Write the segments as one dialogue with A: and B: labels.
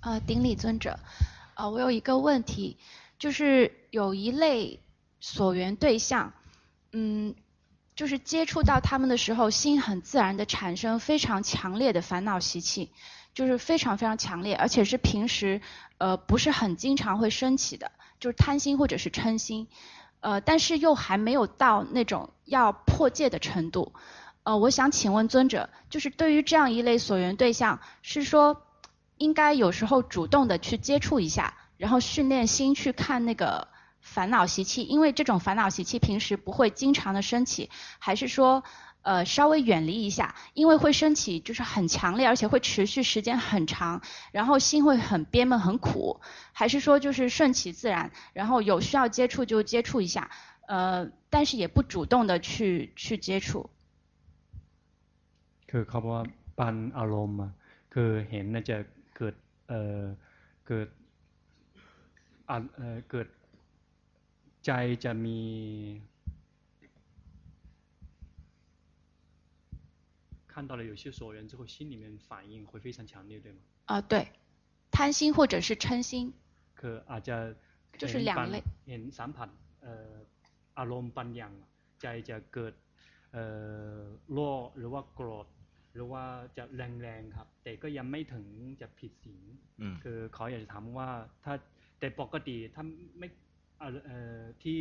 A: 呃，顶礼尊者，呃，我有一个问题，就是有一类所缘对象，嗯，就是接触到他们的时候，心很自然的产生非常强烈的烦恼习气，就是非常非常强烈，而且是平时呃不是很经常会升起的，就是贪心或者是嗔心，呃，但是又还没有到那种要破戒的程度，呃，我想请问尊者，就是对于这样一类所缘对象，是说。应该有时候主动的去接触一下，然后训练心去看那个烦恼习气，因为这种烦恼习气平时不会经常的升起，还是说，呃，稍微远离一下，因为会升起就是很强烈，而且会持续时间很长，然后心会很憋闷、很苦，还是说就是顺其自然，然后有需要接触就接触一下，呃，但是也不主动的去去接触。
B: คือคำว่าปันอารมณ์คือเห็นน่าจะเกิดเกิดเกิดใจจะมี看到了有些所缘之后，心里面反应会非常强烈，对吗？
A: 啊，对，贪心或者是嗔心。
B: 可อาจจะ
A: 就是两类。
B: เห็นสัมผัสอารมณ์ปัญญาใจจะเกิดโลภหรือว่าโกรธหรือว่าจะแรงๆครับ แต่ก็ยังไม่ถึงจะผิดศีลคือเขาอยากจะถามว่าถ้าแต่ปกติถ้าไม่ที่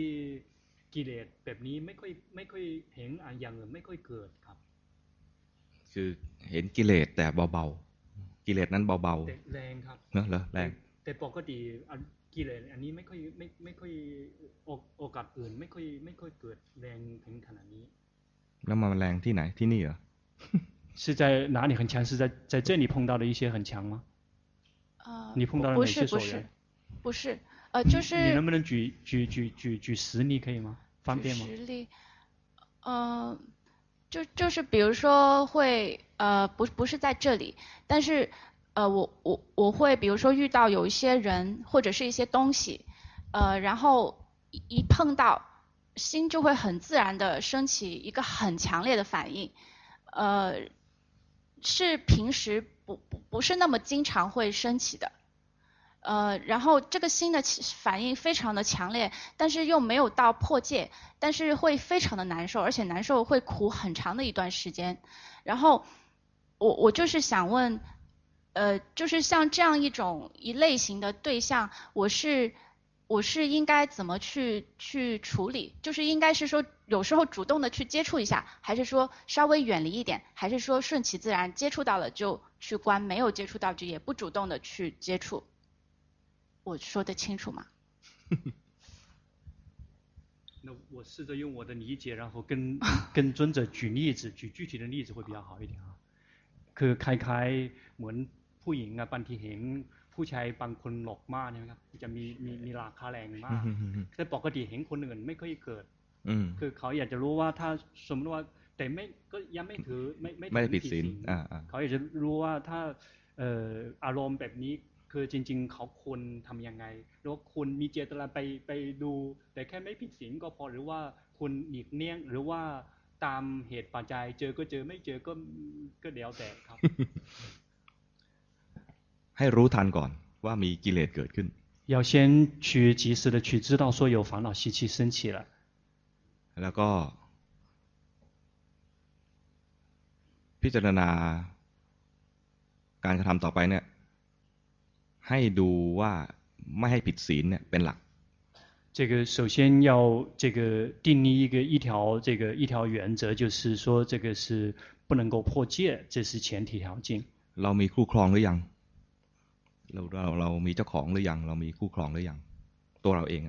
B: กิเลสแบบนี้ไม่ค่อยไม่ค่อยเห็นอย่างอื่นไม่ค่อยเกิดครับ
C: คือเห็นกิเลสแต่เบาๆ กิเลสนั้นเบา
B: ๆแรงครับ
C: เนอะเหรอแรง
B: แต่ปกติกิเลสอันนี้ไม่ค่อยไม่ไม่ค่อยโอกาสอื่น ไม่ค่อยไม่ค่อยเกิดแรงถึงขนาดนี้
C: แล้วมาแรงที่ไหนที่นี่เหรอ
B: 是在哪里很强？是在在这里碰到的一些很强吗？
A: 呃，
B: 你碰到了哪些手
A: 人？不是，不是，呃，就是
B: 你能不能举举举举举实例可以吗？方便吗？
A: 实例，呃，就就是比如说会呃不不是在这里，但是呃我我我会比如说遇到有一些人或者是一些东西，呃然后一碰到心就会很自然的升起一个很强烈的反应，呃。是平时不不不是那么经常会升起的，呃，然后这个心的反应非常的强烈，但是又没有到破戒，但是会非常的难受，而且难受会苦很长的一段时间。然后我我就是想问，呃，就是像这样一种一类型的对象，我是我是应该怎么去去处理？就是应该是说。有时候主动的去接触一下，还是说稍微远离一点，还是说顺其自然，接触到了就去关，没有接触到就也不主动的去接触。我说的清楚吗？
B: 那我试着用我的理解，然后跟 跟尊者举例子，举具体的例子会比较好一点啊。คือคล้ายๆเหมือนผู้หญิงอะบางทีเห็นผู้ชายบางคนหลอกมากนะครับจะมีมีมีราคาแรงมากแต่ปกติเห็นคนอื่นไม่ค่อยเกิดคือเขาอยากจะรู้ว่าถ้าสมมติว่าแต่ไม่ก็ยังไม่ถือไม่ไม่
C: ไม่ผิดศีล
B: เขาอยากจะรู้ว่าถ้าอารมณ์แบบนี้คือจริง ๆ เขาควรทํำยังไงหรือว่าควรมีเจตนาไปไปดู แต่แค่ไม่ผิดศีลก็พอหรือว่าควรหลีกเลี่ยงหรือว่าตามเหตุปัจจัยเจอก็เจอไม่เจอก็ก็เดี๋ยวแต่ครับ
C: ให้รู้ทันก่อนว่ามีกิเลสเกิดขึ้น
B: 要先去及时的去知道说有烦恼习气升起了
C: แล้วก็ พิจารณา การกระทำต่อไปเนี่ย ให้ดูว่าไม่ให้ผิดศีลเนี่ยเป็นหลัก
B: 这个首先要这个定立一个一条这个一条原则，就是说这个是不能够破戒，这是前提条件。
C: เรามีคู่ครองหรือยังเราเราเรามีเจ้าของหรือยังเรามีคู่ครองหรือยังตัวเราเอง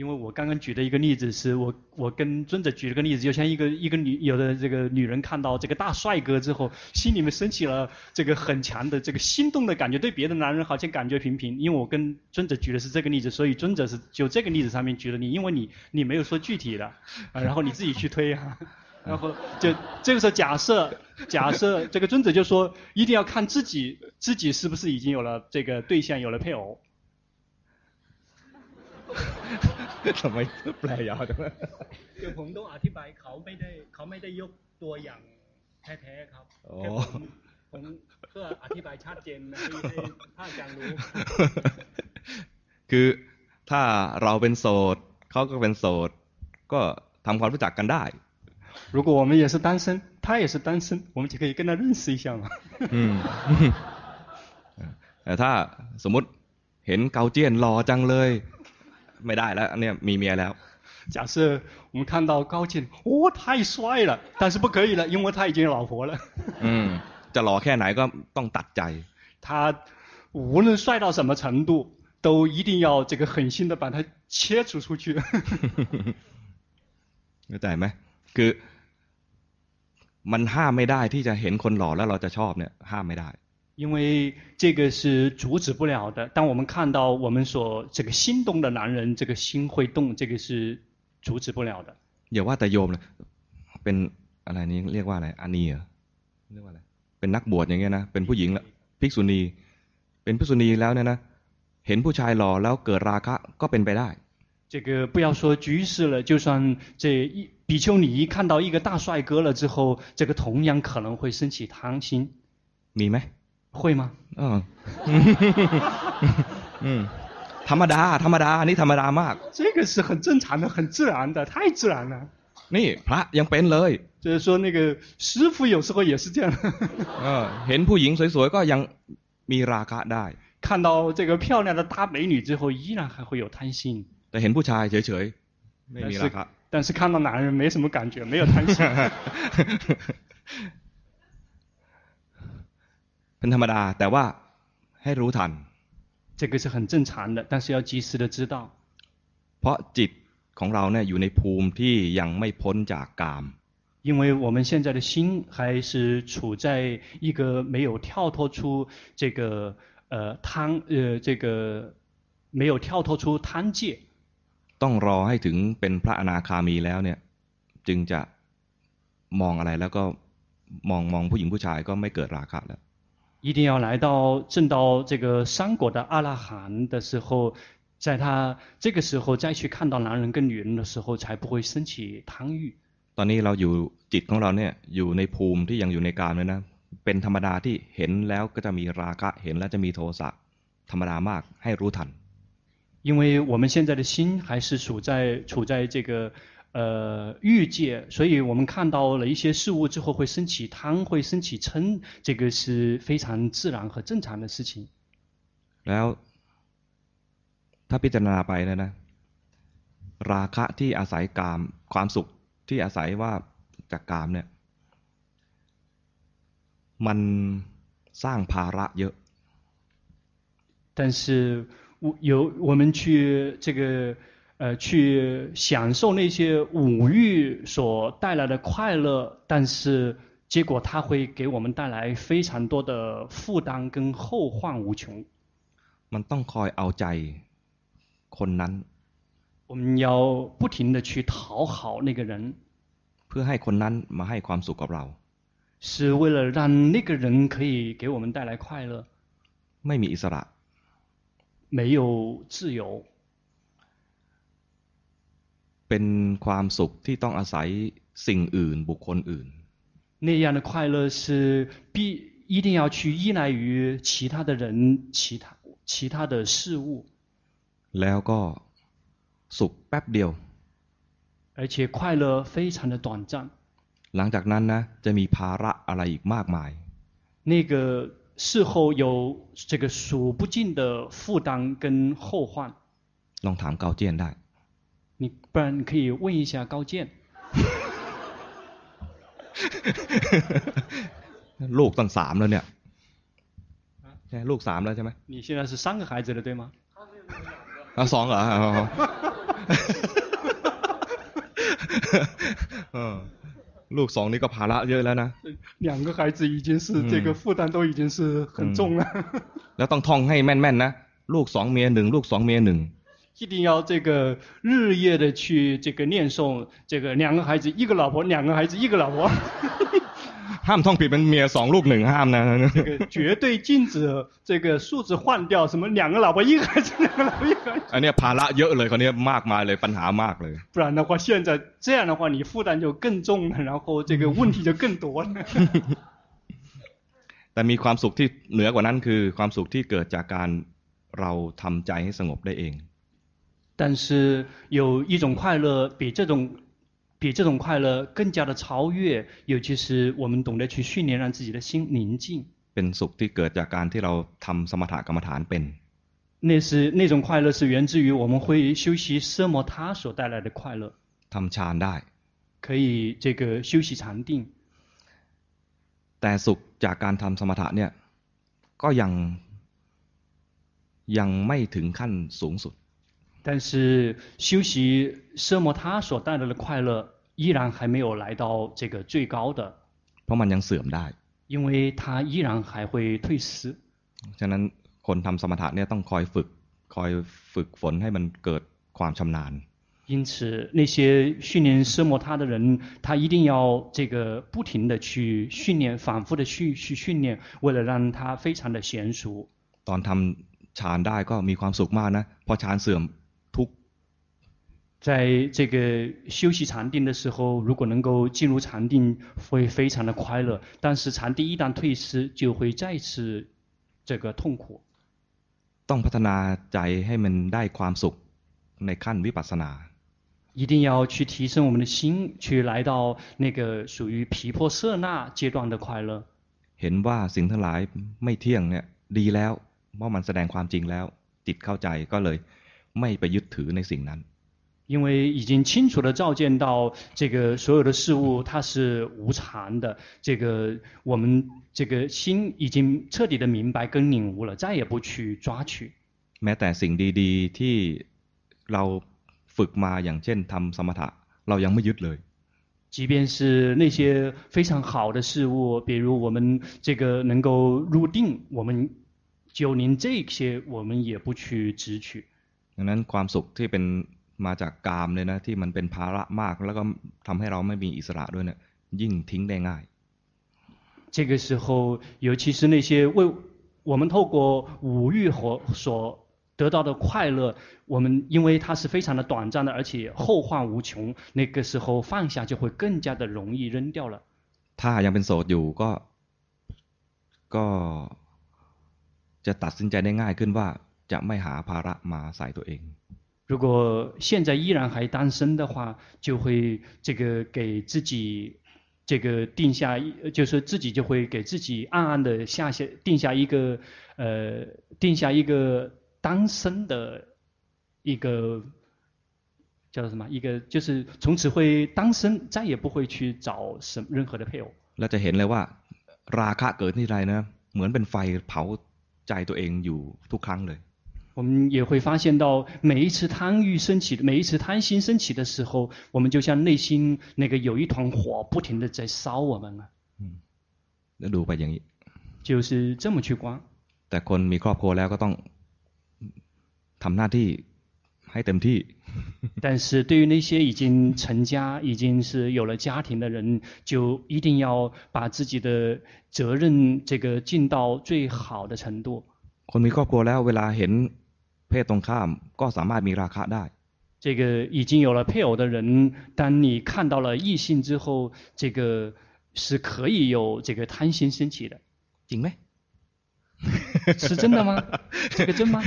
B: 因为我刚刚举的一个例子是我我跟尊者举了个例子，就像一个一个女有的这个女人看到这个大帅哥之后，心里面升起了这个很强的这个心动的感觉，对别的男人好像感觉平平。因为我跟尊者举的是这个例子，所以尊者是就这个例子上面举了你，因为你你没有说具体的，啊，然后你自己去推啊，然后就这个时候假设假设这个尊者就说一定要看自己自己是不是已经有了这个对象，有了配偶。
C: ทำไมแปลยาวจัง
B: คือผม哦ต้องอธิบายเขาไม่ได้เขาไม่ได้ยกตัวอย่างแท้ๆครับแต่ผม
D: ผมเพื่ออธิบายชัดเจนนะให้ ให้ท่านอาจารย์รู้
C: คือถ้าเราเป็นโสดเขาก็เป็นโสด ก็ทำความรู้จักกันได้
B: 如果我们也是单身，他也是单身，我们就可以跟他认识一下嘛。
C: อืมแต่ถ้าสมมติเห็นเกาเจี้ยนหล่อจังเลย ไม่ได้แล้วเนี่ยมีเมียแล้ว
B: 假设我们看到高进，哦，太帅了，但是不可以了，因为他已经有老婆了。
C: อืมจะหล่อแค่ไหนก็ต้องตัดใจ
B: 他无论帅到什么程度，都一定要这个狠心的把他切除出去。
C: เข้าใจไหมคือ มันห้ามไม่ได้ที่จะเห็นคนหล่อแล้วเราจะชอบเนี่ย ห้ามไม่ได้
B: 因为这个是阻止不了的。当我们看到我们所这个心动的男人，这个心会动，这个是阻止不了的。
C: อย่าว่าแต่โยมเลยเป็นอะไรนี้เรียกว่าอะไรอานีเหรอเรียกว่าอะไรเป็นนักบวชอย่างเงี้ยนะเป็นผู้หญิงแล้วภิกษุณี เป็นภิกษุณีแล้วเนี่ยนะเห็นผู้ชายหล่อแล้วเกิดราคะก็เป็นไปได้
B: 这个不要说居士了，就算这一比丘尼一看到一个大帅哥了之后，这个同样可能会升起贪心，
C: มีไหม
B: 会吗？
C: เอ อ อืม嗯ธรรมดา ธรรมดาอันนี่ธรรมดามาก
B: 这个是很正常的，很自然的，太自然了。
C: นี่พระยังเป็นเลย
B: 就是说，那个师傅有时候也是这样，
C: เออ เห็นผู้หญิงสวยๆ ก็ยังมีราคะได้
B: 看到这个漂亮的大美女之后，依然还会有贪心。
C: แต่เห็นผู้ชายเฉยๆ ไม่
B: 但
C: มี
B: 是
C: ราคะ
B: 但是看到男人没什么感觉，没有贪 心。
C: เป็นธรรมดาแต่ว่าให้รู้ทัน
B: 这个是很正常的，但是要及时的知道，
C: เพราะจิตของเราเนี่ยอยู่ในภูมิที่ยังไม่พ้นจากกาม
B: 因为我们现在的心还是处在一个没有跳脱出这个呃贪呃这个没有跳脱出贪戒，
C: ต้องรอให้ถึงเป็นพระอนาคามีแล้วเนี่ย จึงจะมองอะไรแล้วก็มองมองผู้หญิงผู้ชายก็ไม่เกิดราคะแล้ว
B: 一定要来到证到这个三果的阿拉含的时候，在他这个时候再去看到男人跟女人的时候，才不会升起贪欲。
C: ตอนนี้เราอยู่จิตของเราเนี่ยอยู่ในภูมิที่ยังอยู่ในกามเลยนะ เป็นธรรมดาที่เห็นแล้วก็จะมีราคะเห็นแล้วจะมีโทสะธรรมดามากให้รู้ทัน
B: 因为我们现在的心还是处在处在这个呃欲界，所以我们看到了一些事物之后会升起贪，会升起嗔，这个是非常自然和正常的事情。
C: แล้ว ถ้าพิจารณาไปนะนะ ราคะที่อาศัยกาม ความสุขที่อาศัยว่าจากกามเนี่ย มันสร้างภาระเยอะ
B: 但是我有我们去这个呃去享受那些五欲所带来的快乐，但是结果它会给我们带来非常多的负担跟后患无穷。
C: มันต้องคอยเอาใจคนนั้น
B: 我们要不停的去讨好那个人。
C: เพื่อให้คนนั้นมาให้ความสุขกับเรา
B: 是为了让那个人可以给我们带来快乐，
C: ไม่มีอิสระ
B: 没有自由，
C: เป็นความสุขที่ต้องอาศัยสิ่งอื่นบุคคลอื่น
B: 那样的快乐是必一定要去依赖于其他的人、其他其他的事物，
C: แล้วก็สุขแป๊บเดียว
B: 而且快乐非常的短暂。
C: หลังจากนั้นนะจะมีภาระอะไรอีกมากมาย
B: 那个事后有这个数不尽的负担跟后患，
C: ลองถามเกาเจียนได้
B: 你不然你可以问一下高健，
C: ลูกตั้งสามแล้วเนี่ยใช่ลูกสามแล้วใช่ไหม
B: 你现在是三个孩子了对吗？
C: เอาสองเหรอเอาเอาเอาเออลูกสองนี่ก็ภาระเยอะแล้วนะ
B: 两个孩子已经是
C: 这个
B: 负担都已经是
C: 很重
B: 了。
C: แล้วต้องท่องให้แม่นๆนะลูกสองเมียหนึ่งลูกสองเมียหนึ่ง
B: 一定要这个日夜的去这个念诵，这个两个孩子一个老婆，两个孩子一个老婆，
C: ห้ามท่องผิดเป็นเมียสองลูกหนึ่งห้ามนะ
B: 这个绝对禁止这个数字换掉，什么两个老婆一个孩子，两个老婆一个孩子，
C: อันเนี้ยภาระเยอะเลยคนนี้ยมากมายเลยปัญหามากเลย
B: 不然的话，现在这样的话 你负担就更重了，然后这个问题就更多了。
C: แ แต่มีความสุขที่เหนือกว่านั้นคือความสุขที่เกิดจากการเราทำใจให้สงบได้เอง
B: 但是有一种快乐比这种比这种快乐更加的超越，尤其是我们懂得去训练让自己的心宁静，
C: เป็นสุขที่เกิดจากการที่เราทำสมถกรรมฐานเป็น
B: 那是那种快乐是源自于我们会修习奢摩他所带来的快乐，
C: ทำฌานได้
B: 可以这个修习禅定，
C: แต่สุขจากการทำสมถะเนี่ยก็ยังยังไม่ถึงขั้นสูงสุด
B: 但是修习奢摩他所带来的快乐依然还没有来到这个最高的，
C: เพราะมันยังเสื่อมได้
B: 因为它依然还会退失。
C: ฉะนั้นคนทำสมถะเนี่ยต้องคอยฝึก คอยฝึกฝนให้มันเกิดความชำนาญ
B: 因此，那些训练奢摩他的人，他一定要这个不停的去训练，反复的去去训练，为了让他非常的娴熟。
C: ตอนทำฌานได้ก็มีความสุขมากนะ พอฌานเสื่อมทุกข์
B: 在这个修习禅定的时候，如果能够进入禅定，会非常的快乐。但是禅定一旦退失，就会再次这个痛苦。
C: ต้องพัฒนาใจให้มันได้ความสุขในขั้นวิปัสสนา
B: 一定要去提升我们的心，去来到那个属于皮婆舍那阶段的快乐。
C: เห็นว่าสิ่งทั้งหลายไม่เที่ยงเนี่ยดีแล้วเมื่อมันแสดงความจริงแล้ว จิตเข้าใจก็เลยไม่ไปยึดถือในสิ่งนั้น
B: 因为已经清楚的照见到这个所有的事物它是无常的，这个我们这个心已经彻底的明白跟领悟了，再也不去抓取。
C: แม้แต่สิ่งดีๆที่เราฝึกมาอย่างเช่นทำสมถะเรายังไม่ยึดเลย
B: 即便是那些非常好的事物，比如我们这个能够入定，我们就连这些我们也不去执取。
C: ดังนั้นความสุขที่เป็นมาจากกามเลยนะที่มันเป็นภาระมากแล้วก็ทำให้เราไม่มีอิสระด้วยเนี่ยยิ่งทิ้งได้ง่าย
B: 这个时候，尤其是那些为我们透过五欲和所得到的快乐，我们因为它是非常的短暂的，而且后患无穷，那个时候放下就会更加的容易扔掉了。
C: ถ้ายังเป็นโสดอยู่ก็ก็จะตัดสินใจได้ง่ายขึ้นว่าจะไม่หาภาระมาใส่ตัวเอง
B: 如果现在依然还单身的话，就会这个给自己这个定下一，呃就是自己就会给自己暗暗的下些定下一个呃定下一个单身的一个叫做什么一个就是从此会单身，再也不会去找什任何的配偶。
C: แล้วจะเห็นเลยว่า ราคะเกิดที่ไรนะเหมือนเป็นไฟเผาใจตัวเองอยู่ทุกครั้งเลย
B: 我们也会发现到，每一次贪欲升起，每一次贪心升起的时候，我们就像内心那个有一团火，不停的在烧我们啊，
C: แล้วดูไปอย่างนี้
B: 就是这么去观。
C: แต่คนมีครอบครัวแล้วก็ต้องทำหน้าที่ให้เต็มที่
B: 但是对于那些已经成家、已经是有了家庭的人，就一定要把自己的责任这个尽到最好的程度。
C: คนมีครอบครัวแล้วเวลาเห็นเพศตรงข้ามก็สามารถมีราคะได้
B: 这个已经有了配偶的人，当你看到了异性之后，这个是可以有这个贪心升起的，
C: จริงไหม
B: 是真的吗？这个真吗？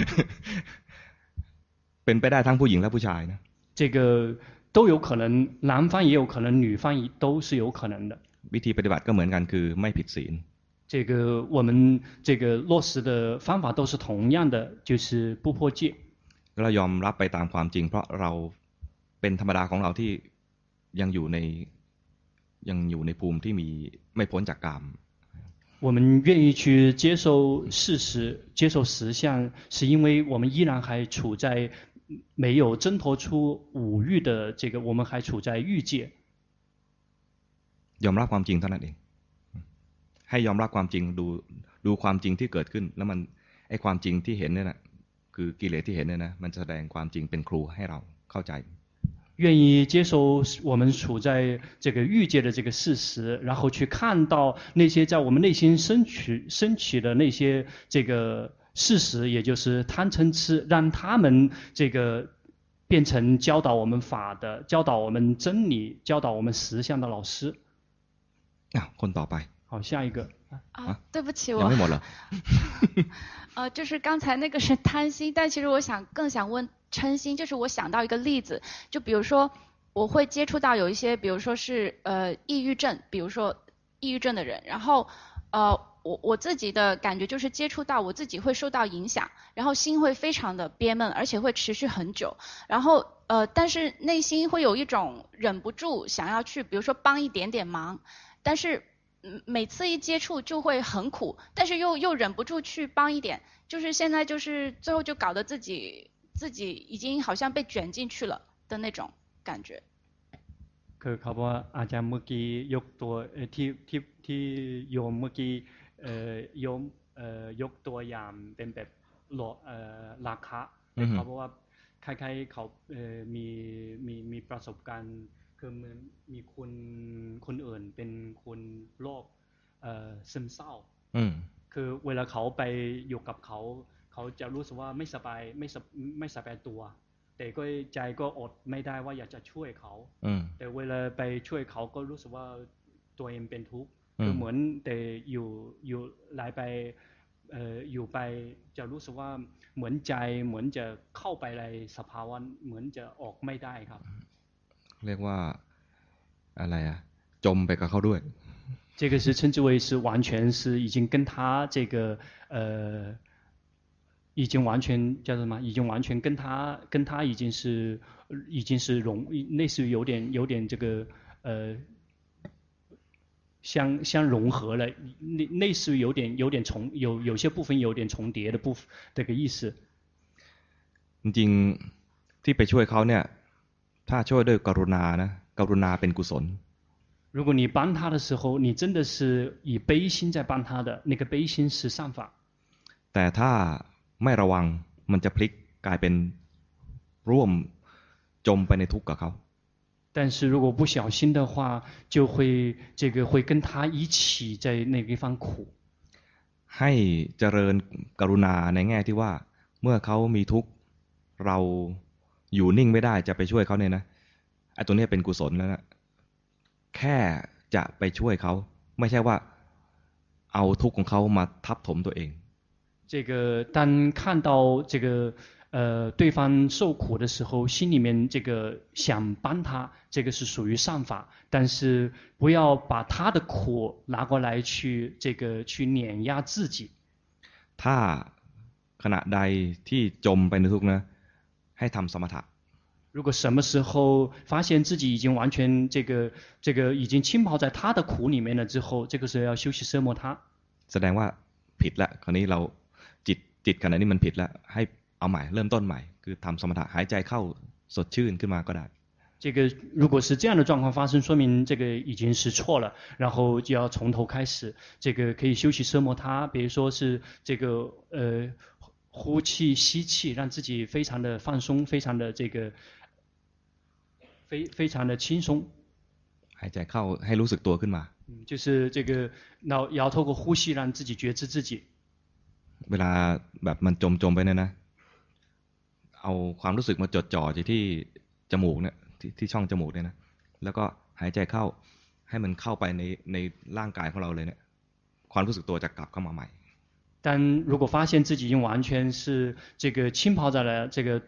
C: เป็นไปได้ทั้งผู้หญิงและผู้ชายนะ
B: 这个都有可能，男方也有可能，女方也都是有可能的。
C: วิธีปฏิบัติก็เหมือนกันคือไม่ผิดศีล
B: 这个我们这个落实的方法都是同样的，就是不破戒。
C: เรายอมรับไปตามความจริง เพราะเราเป็นธรรมดาของเราที่ยังอยู่ในยังอยู่ในภูมิที่มีไม่พ้นจากกาม
B: 我们愿意去接受事实、接受实相，是因为我们依然还处在没有挣脱出五欲的这个，我们还处在欲界。
C: ยอมรับความจริงเท่านั้นเอง ให้ยอมรับความจริงดูดูความจริงที่เกิดขึ้น แล้วมันไอความจริงที่เห็นเนี่ยนะคือกิเลสที่เห็นเนี่ยนะมันแสดงความจริงเป็นครูให้เราเข้าใจ
B: 愿意接受我们处在这个欲界的这个事实，然后去看到那些在我们内心升起升起的那些这个事实，也就是贪嗔痴，让他们这个变成教导我们法的、教导我们真理、教导我们实相的老师。
C: อ่ะคนต่อไป
B: 好，下一个啊
A: 啊
C: 啊，
A: 对不起，
C: ยัง
A: 我
C: ไม่หมดเหรอ
A: 呃，就是刚才那个是贪心，但其实我想更想问嗔心，就是我想到一个例子，就比如说我会接触到有一些，比如说是呃抑郁症，比如说抑郁症的人，然后呃我我自己的感觉就是接触到我自己会受到影响，然后心会非常的憋闷，而且会持续很久，然后呃但是内心会有一种忍不住想要去，比如说帮一点点忙，但是嗯，每次一接触就会很苦，但是又又忍不住去帮一点，就是现在就是最后就搞得自己自己已经好像被卷进去了的那种感觉。
B: คือเขาบอกว่าอาจารย์เมื่อกี้ยกตัวเอ่อที่ที่ที่โยมเมื่อกี้เอ่อโยมเอ่อยกตัวอย่างเป็นแบบหลอเอ่อราคา
C: อือฮึ
B: เขาบอกว่าใครๆเขาเอ่อมีมีมีประสบการณ์คือมันมีคนคนอื่นเป็นคนโรคเอ่อซึมเศร้า
C: อืม
B: คือเวลาเขาไปอยู่กับเขา เขาจะรู้สึกว่าไม่สบายไม่สบไม่สบายตัว แต่ก็ใจก็อดไม่ได้ว่าอยากจะช่วยเขา
C: อืม
B: แต่เวลาไปช่วยเขาก็รู้สึกว่าตัวเองเป็นทุกข์
C: อืม
B: คือเหมือนแต่อยู่อยู่หลายไปเอ่ออยู่ไปจะรู้สึกว่าเหมือนใจเหมือนจะเข้าไปในสภาวะเหมือนจะออกไม่ได้ครับ
C: เรียกว่าอะไรอะจมไปกับเขาด้วย
B: 这个是称之为是完全是已经跟他这个呃，已经完全叫做什么？已经完全跟他跟他已经是呃已经是融类似于有点有点这个呃相相融合了，类类似于有点有点重有有些部分有点重叠的部分这个意思。
C: จริงๆที่ไปช่วยเขาเนี่ย ถ้าช่วยด้วยกรุณานะกรุณาเป็นกุศล
B: 如果你帮他的时候，你真的是以悲心在帮他的，那个悲心是善法。
C: แต่ถ้าไม่ระวังมันจะพลิกกลายเป็นร่วมจมไปในทุกข์กับเขา
B: 但是如果不小心的话，就会这个会跟他一起在那个地方苦。
C: ให้เจริญกรุณาในแง่ที่ว่า เมื่อเขามีทุกข์เราอยู่นิ่งไม่ได้จะไปช่วยเขาเนี่ยนะไอ้ตัวเนี้ยเป็นกุศลแล้วนะแค่จะไปช่วยเขาไม่ใช่ว่า เอาทุกข์ของเขามาทับถมตัวเอง
B: 这个当看到这个呃对方受苦的时候，心里面这个想帮他，这个是属于善法，但是不要把他的苦拿过来去这个去碾压自己。
C: ถ้าขณะใดที่จมไปในทุกข์นะ ให้ทำสมถะ
B: 如果什么时候发现自己已经完全这个这个已经浸泡在他的苦里面了之后，这个时候要休息奢摩他。
C: แสดงว่าผิดละคราวนี้เราจิตจิตขณะนี้มันผิดละให้เอาใหม่เริ่มต้นใหม่ คือทำสมถะหายใจเข้าสดชื่นขึ้นมาก็ได้
B: 这个如果是这样的状况发生，说明这个已经是错了，然后就要从头开始。这个可以休息奢摩他，比如说是这个呃呼气、吸气，让自己非常的放松，非常的这个非非常的轻松。
C: หายใจเข้าให้รู้สึกตัวขึ้นมา
B: 嗯，就是这个，那也要透过呼吸让自己觉知自己。
C: เวลาแบบมันจมจมๆไปเนี่ยนะ เอาความรู้สึกมาจดจ่ออยู่ที่จมูกเนี่ยทที่ช่องจมูกเนี่ยนะ แล้วก็หายใจเข้าให้มันเข้าไปในในร่างกายของเราเลยเนี่ย ความรู้สึกตัวจะกลับเข้ามาใหม่
B: 但如果发现自己已经完全是这个浸泡在了这个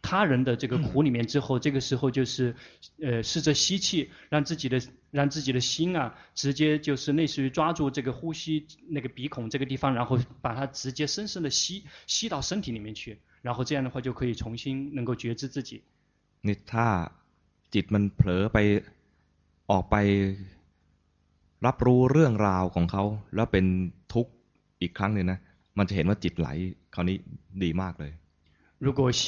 B: 他人的这个苦里面之后，这个时候就是，呃，试着吸气，让自己的让自己的心啊，直接就是类似于抓住这个呼吸那个鼻孔这个地方，然后把它直接深深的吸吸到身体里面去，然后这样的话就可以重新能够觉知自己。
C: นี่ถ้าจิตมันเผลอไปออกไปรับรู้เรื่องราวของเขาแล้วเป็นทุกข์อีกครั้งหนึ่งนะ มันจะเห็นว่าจิตไหลคราวนี้ดีมากเลย
B: 如果心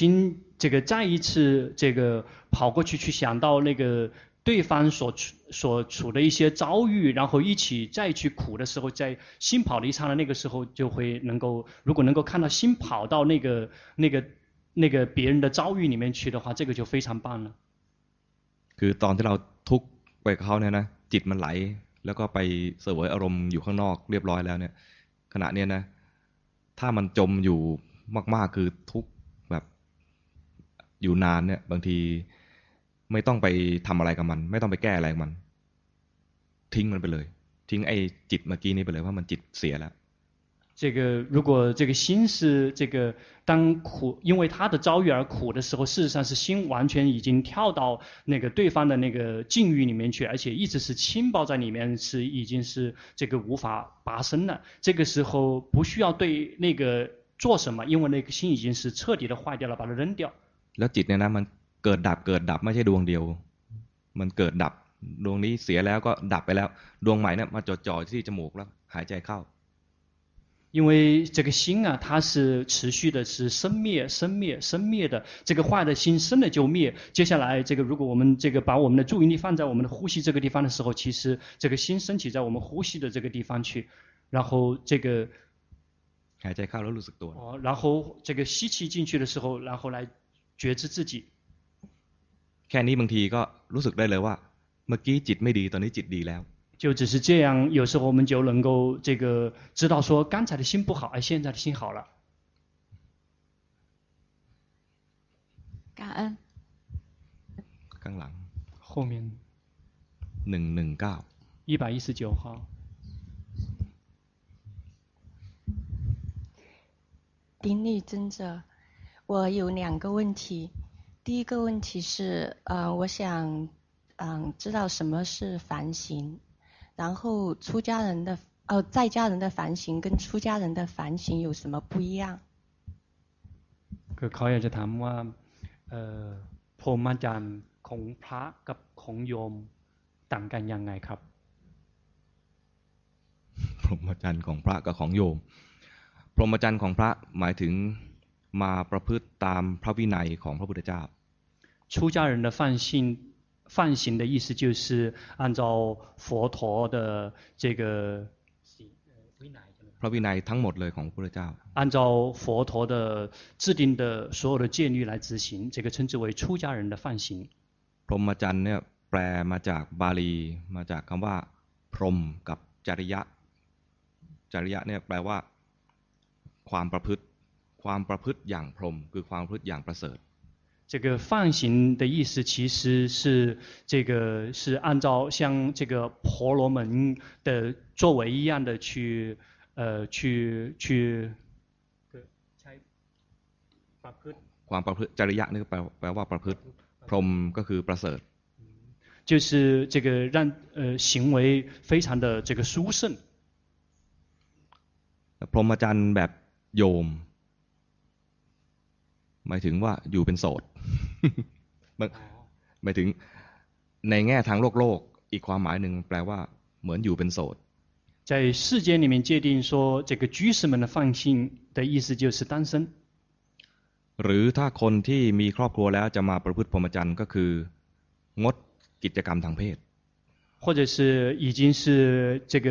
B: 这个再一次这个跑过去去想到那个对方所处所处的一些遭遇，然后一起再去苦的时候，在心跑的一刹那，那个时候就会能够，如果能够看到心跑到那个那个那个别人的遭遇里面去的话，这个就非常棒了。
C: คือตอนที่เราทุกข์ไปกับเขาเนี่ยนะจิตมันไหล แล้วก็ไปเสวยอารมณ์อยู่ข้างนอกเรียบร้อยแล้วเนี่ย ขณะเนี้ยนะ ถ้ามันจมอยู่มากๆคือทุกข์แบบอยู่นานเนี่ย บางทีไม่ต้องไปทำอะไรกับมัน ไม่ต้องไปแก้อะไรกับมัน ทิ้งมันไปเลย ทิ้งไอ้จิตเมื่อกี้นี้ไปเลยว่ามันจิตเสียแล้ว
B: 这个如果这个心是这个当苦，因为他的遭遇而苦的时候，事实上是心完全已经跳到那个对方的那个境遇里面去，而且一直是浸泡在里面，是已经是这个无法拔升了。这个时候不需要对那个做什么，因为那个心已经是彻底的坏掉了，把它扔掉。
C: แล้วจิตเนี่ยนะมันเกิดดับเกิดดับไม่ใช่ดวงเดียว มันเกิดดับดวงนี้เสียแล้วก็ดับไปแล้ว ดวงใหม่เนี่ยมาจ่อๆที่จมูกแล้ว หายใจเข้า
B: 因为这个心啊，它是持续的，是生灭、生灭、生灭的。这个坏的心生了就灭。接下来，这个如果我们这个把我们的注意力放在我们的呼吸这个地方的时候，其实这个心升起在我们呼吸的这个地方去，然后这个
C: หายใจเข้าแล้วรู้สึกตัว
B: 哦，然后这个吸气进去的时候，然后来觉知自己。
C: แค่นี้บางทีก็รู้สึกได้เลยว่า เมื่อกี้จิตไม่ดีตอนนี้จิตดีแล้ว
B: 就只是这样，有时候我们就能够这个知道说，刚才的心不好，而现在的心好了。
A: 感恩
C: ข้างหลัง
B: 后面
C: หนึ่งหนึ่งเก้า
B: 一百一十九号。
E: 顶礼尊者，我有两个问题。第一个问题是，呃，我想，嗯、知道什么是反省，然后出家人的，呃，在家人的反省跟出家人的反省有什么不一样？
B: คือเขาอยากจะถามว่าเอ่อพรหมจรรย์ของพระกับของโยมต่างกันยังไงครับ
C: พรหมจรรย์ของพระกับของโยม พรหมจรรย์ของพระหมายถึงมาประพฤติตามพระวินัยของพระพุทธเจ้า
B: 出家人的犯性犯行的意思就是按照佛陀的这个
C: พระวินัยทั้งหมดเลยของพระพุทธเจ้า
B: 按照佛陀的制定的所有的戒律来执行，这个称之为出家人的犯行。
C: พรหมจรรย์เนี่ยแปลมาจากบาลี มาจากคำว่า พรหมกับจริยะ จริยะเนี่ยแปลว่า ความประพฤติ ความประพฤติอย่างพรหมคือความประพฤติอย่างประเสริฐ
B: 这个放行的意思其实是这个是按照像这个婆罗门的作为一样的去呃去去
D: ใช้ประพฤติ
C: ความประพฤติจริยะนี่ก็แปลแปลว่าประพฤติ พรหมก็คือประเสริฐ
B: 就是这个让呃行为非常的这个殊胜。
C: พรหมจรรย์แบบโยม หมายถึงว่าอยู่เป็นโสด มันหมายถึงในแง่ทางโลกโลก อีกความหมายหนึ่งแปลว่า เหมือนอยู่เป็นโสด
B: 在世间里面界定说，这个居士们的放行的意思就是单身。
C: หรือถ้าคนที่มีครอบครัวแล้วจะมาประพฤติพรหมจรรย์ก็คือ งดกิจกรรมทางเพศ
B: 或者是已经是这个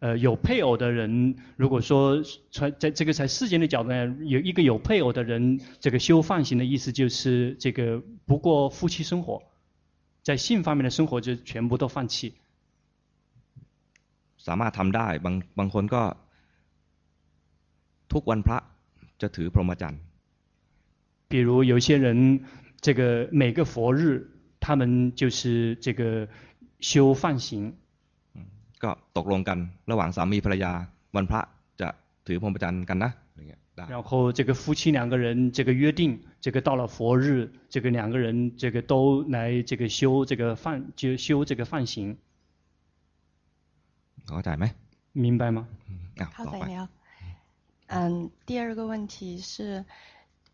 B: 呃有配偶的人，如果说从在这个在世间的角度呢，有一个有配偶的人，这个修放行的意思就是这个不过夫妻生活，在性方面的生活就全部都放弃。
C: สามารถทำได้บางบางคนก็ ทุกวันพระจะถือพรหมจรรย์
B: 比如有一些人，这个每个佛日，他们就是这个修放行，
C: ก็ตกลงกันระหว่างสามีภรรยา วันพระจะถือพรหมจรรย์กันนะอะไรเงี้ยได้
B: 然后这个夫妻两个人这个约定，这个到了佛日，这个两个人这个都来这个修这个放就修这个放行，
C: เข้าใจไหม
B: 明白吗？
C: อ้าว
E: 好
C: ต่อ
E: 的
C: ไป
E: 了。嗯，第二个问题是，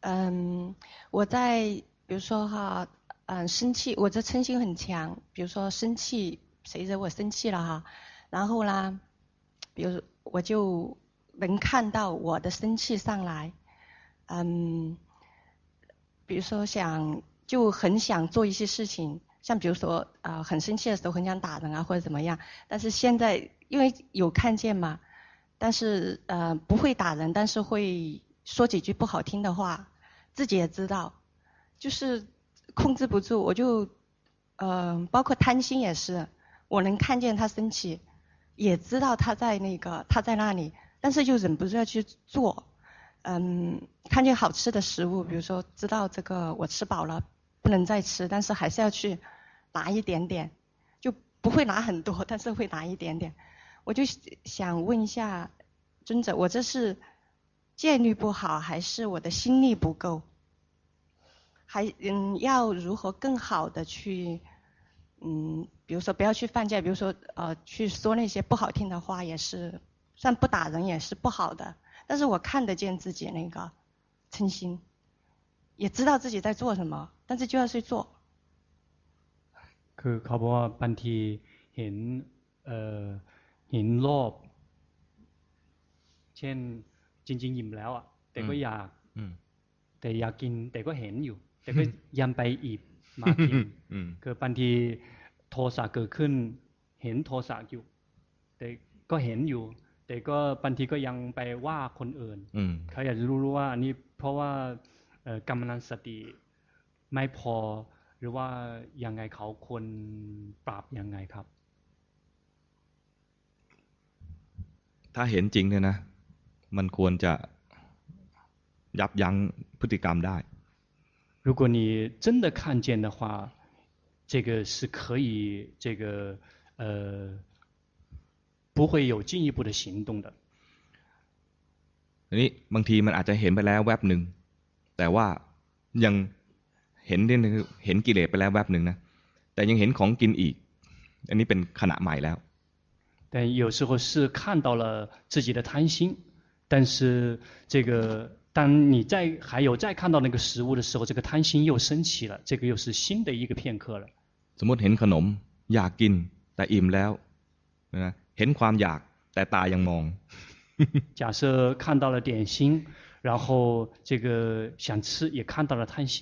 E: 嗯，我在比如说哈，嗯，生气，我这嗔心很强，比如说生气，谁惹我生气了哈，然后呢，比如我就能看到我的生气上来，嗯，比如说想就很想做一些事情，像比如说啊、呃很生气的时候很想打人啊或者怎么样，但是现在因为有看见嘛，但是呃不会打人，但是会说几句不好听的话，自己也知道，就是控制不住，我就呃包括贪心也是，我能看见他生气，也知道他在那个他在那里，但是又忍不住要去做。嗯，看见好吃的食物，比如说知道这个我吃饱了不能再吃，但是还是要去拿一点点，就不会拿很多，但是会拿一点点。 我就想问一下尊者，我这是戒律不好，还是我的心力不够？还嗯，要如何更好的去嗯，比如说不要去犯戒，比如说呃，去说那些不好听的话，也是算不打人也是不好的。但是我看得见自己那个嗔心，也知道自己在做什么，但是就要去做。
B: คือเขาบอกว่าบางทีเห็นเอ่อเห็นโลภเช่นจริง ๆ อิ่มแล้วอ่ะแต่ก็อยาก
C: อืม
B: แต่อยากกินแต่ก็เห็นอยู่ แต่ก็ยังไปอีบมากิน
C: อืม
B: คือบางทีโทสะเกิดขึ้น เห็นโทสะอยู่ แต่ก็เห็นอยู่ แต่ก็บางทีก็ยังไปว่าคนอื่น
C: อืม
B: เขาอยากจะรู้รู้ว่าอันนี้เพราะว่าเอ่อกำลังสติไม่พอหรือว่ายังไงเขาควรปรับยังไงครับ
C: ถ้าเห็นจริงเนี่ยนะ มันควรจะยับยั้งพฤติกรรมได้
B: 如果你真的看见的话，这个是可以这个呃不会有进一步的行动的。
C: ทีนี้บางทีมันอาจจะเห็นไปแล้วแวบหนึ่ง แต่ว่ายังเห็นเนี่ยคือเห็นกิเลสไปแล้วแวบหนึ่งนะ แต่ยังเห็นของกินอีก อันนี้เป็นขณะใหม่แล้ว
B: 但有时候是看到了自己的贪心，但是这个当你再还有再看到那个食物的时候，这个贪心又升起了，这个又是新的一个片刻了。
C: สมมติเห็นขนมอยากกิน แต่อิ่มแล้วนะเห็นความอยากแต่ตายังมอง
B: 假设看到了点心，然后这个想吃，也看到了贪心，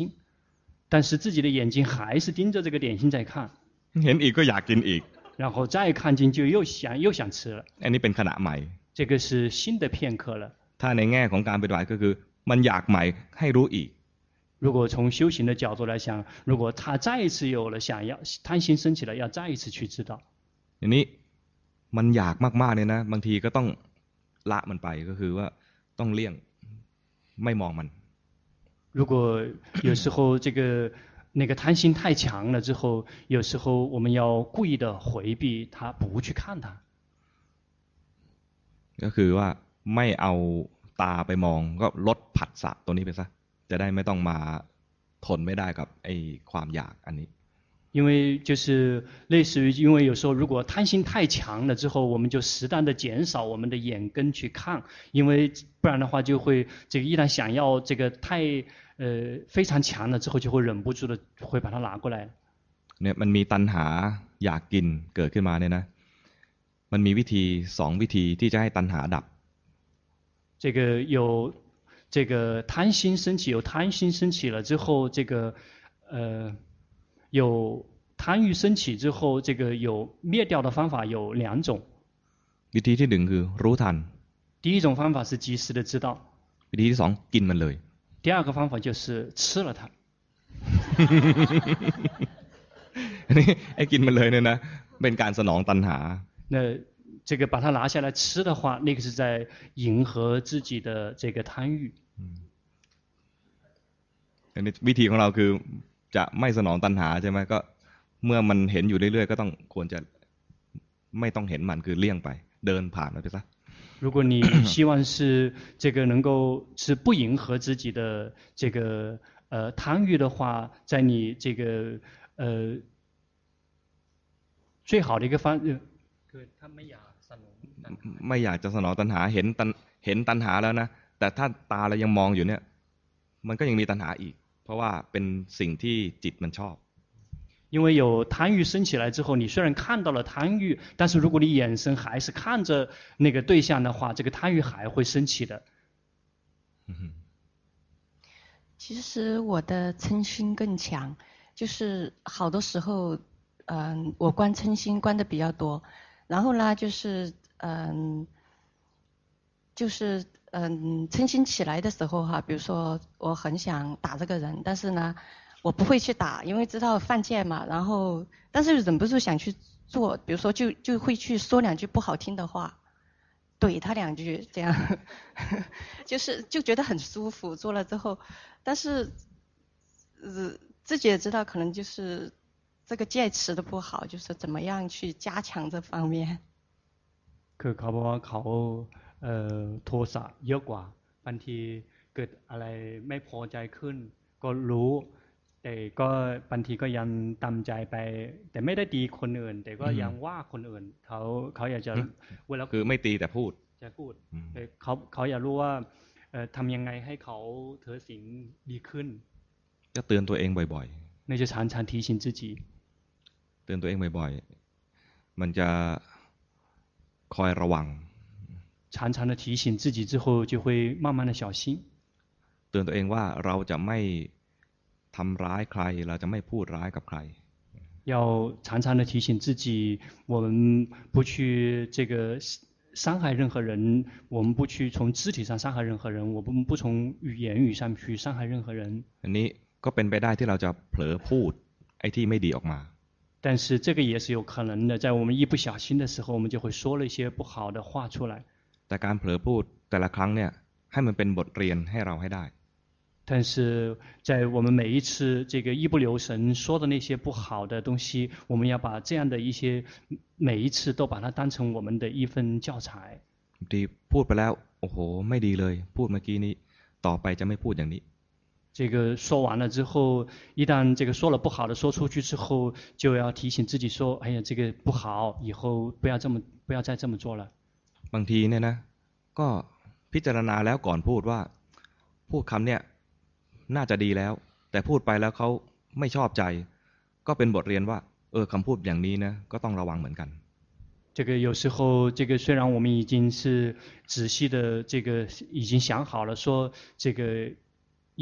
B: 但是自己的眼睛还是盯着这个点心在看，
C: เห็นอีกก็อยากกินอีก
B: 然后再看进去又想又想吃了，
C: อันนี้เป็นขณะใหม่
B: 这个是新的片刻了。
C: ถ้าในแง่ของการปฏิบัติก็คือ มันอยากใหม่ให้รู้อีก
B: 如果从修行的角度来想，如果他再一次有了想要贪心升起了，要再一次去知道。
C: ทีนี้มันอยากมากๆเนี่ยนะ บางทีก็ต้องละมันไปก็คือว่าต้องเลี่ยงไม่มองมัน
B: 如果有时候这个 那个贪心太强了之后，有时候我们要故意的回避它，不去看它。
C: ก็คือว่าไม่เอาตาไปมองก็ลดผัสสะตัวนี้ไปซะ จะได้ไม่ต้องมาทนไม่ได้กับไอ้ความอยากอันนี้
B: 因为就是类似于，因为有时候如果贪心太强了之后，我们就适当的减少我们的眼根去看，因为不然的话就会这个一旦想要这个太呃非常强了之后，就会忍不住的会把它拿过来。
C: เนี่ยมันมีตัณหาอยากกินเกิดขึ้นมาเนี่ยนะ มันมีวิธีสองวิธีที่จะให้ตัณหาดับ
B: 这个有这个贪心升起，有贪心升起了之后，这个呃有贪欲升起之后，这个有灭掉的方法有两种。
C: วิธีที่หนึ่งคือรู้ทัน
B: 第一种方法是及时的知道，
C: วิธีที่สองกินมันเลย
B: 第二个方法就是吃了它。
C: อันนี้ไอ้กินมันเลยเนี่ยนะ เป็นการสนองตัณหา
B: 那这个把它拿下来吃的话，那个是在迎合自己的这个贪欲。
C: อันนี้วิธีของเราคือจะไม่สนองตัณหาใช่ไหมก็เมื่อมันเห็นอยู่เรื่อยๆ ก็ต้องควรจะไม่ต้องเห็นมันคือเลี่ยงไป เดินผ่านมันไปซะ
B: 如果你希望是这个能够是不迎合自己的这个呃贪欲的话，在你这个呃最好的一个方，呃
C: ไม่อยากจะสนองตัณหาเห็นตัณเห็นตัณหาแล้วนะ แต่ถ้าตาเรายังมองอยู่เนี่ย มันก็ยังมีตัณหาอีก เพราะว่าเป็นสิ่งที่จิตมันชอบ
B: 因为有贪欲升起来之后，你虽然看到了贪欲，但是如果你眼神还是看着那个对象的话，这个贪欲还会升起的。
E: 其实我的嗔心更强，就是好多时候，嗯，我关嗔心关的比较多，然后呢，就是嗯，就是嗯，嗔心起来的时候哈，比如说我很想打这个人，但是呢，我不会去打，因为知道犯贱嘛，然后但是忍不住想去做，比如说就就会去说两句不好听的话，怼他两句，这样，就是就觉得很舒服，做了之后，但是，呃，自己也知道可能就是这个戒持的不好，就是怎么样去加强这方面。
B: ค คือเขาบอกว่าเขาเอ่อโทสะเยอะกว่าบางทีเกิดอะไรไม่พอใจขึ้น ก็รู้ แต่ก็บางทีก็ยังตามใจไป แต่ไม่ได้ดีคนอื่น แต่ก็ยังว่าคนอื่น เขาเขาอยากจะเวลา
C: คือไม่ตีแต่พูด
B: จะพูด
C: อืม
B: เอ่อเขาเขาอยากรู้ว่าเอ่อทำยังไงให้เขาเธอสิงดีขึ้น
C: ก็เตือนตัวเองบ่อย
B: 那就常常提醒自己，
C: ๆ เตือนตัวเองบ่อยๆ มันจะคอยระวัง
B: 常常的提醒自己之后，就会慢慢的小心，
C: เตือนตัวเองว่าเราจะไม่ทำร้ายใคร เราจะไม่พูดร้ายกับใคร
B: 要常常的提醒自己，我们不去这个伤害任何人，我们不去从肢体上伤害任何人，我们不从语言语上去伤害任何人。
C: อันนี้ก็เป็นไปได้ที่เราจะเผลอพูดไอ้ที่ไม่ดีออกมา
B: 但是这个也是有可能的，在我们一不小心的时候，我们就会说了一些不好的话出来。
C: แต่การเผลอพูดแต่ละครั้งเนี่ยให้มันเป็นบทเรียนให้เราให้ได้
B: 但是在我们每一次这个一不留神说的那些不好的东西，我们要把这样的一些每一次都把它当成我们的一份教材。
C: บางทีพูดไปแล้ว โอ้โห ไม่ดีเลย พูดเมื่อกี้นี้ ต่อไปจะไม่พูดอย่างนี้
B: 这个说完了之后，一旦这个说了不好的说出去之后，就要提醒自己说：“哎呀，这个不好，以后不要这么，不要再这么做了。
C: บางทีเนี่ยนะ ก็พิจารณาแล้วก่อนพูดว่า พูดคำเนี่ยน่าจะดีแล้ว แต่พูดไปแล้วเขาไม่ชอบใจ ก็เป็นบทเรียนว่า เออคำพูดอย่างนี้นะก็ต้องระวังเหมือนกัน ”
B: 这个有时候，这个虽然我们已经是仔细的这个已经想好了说这个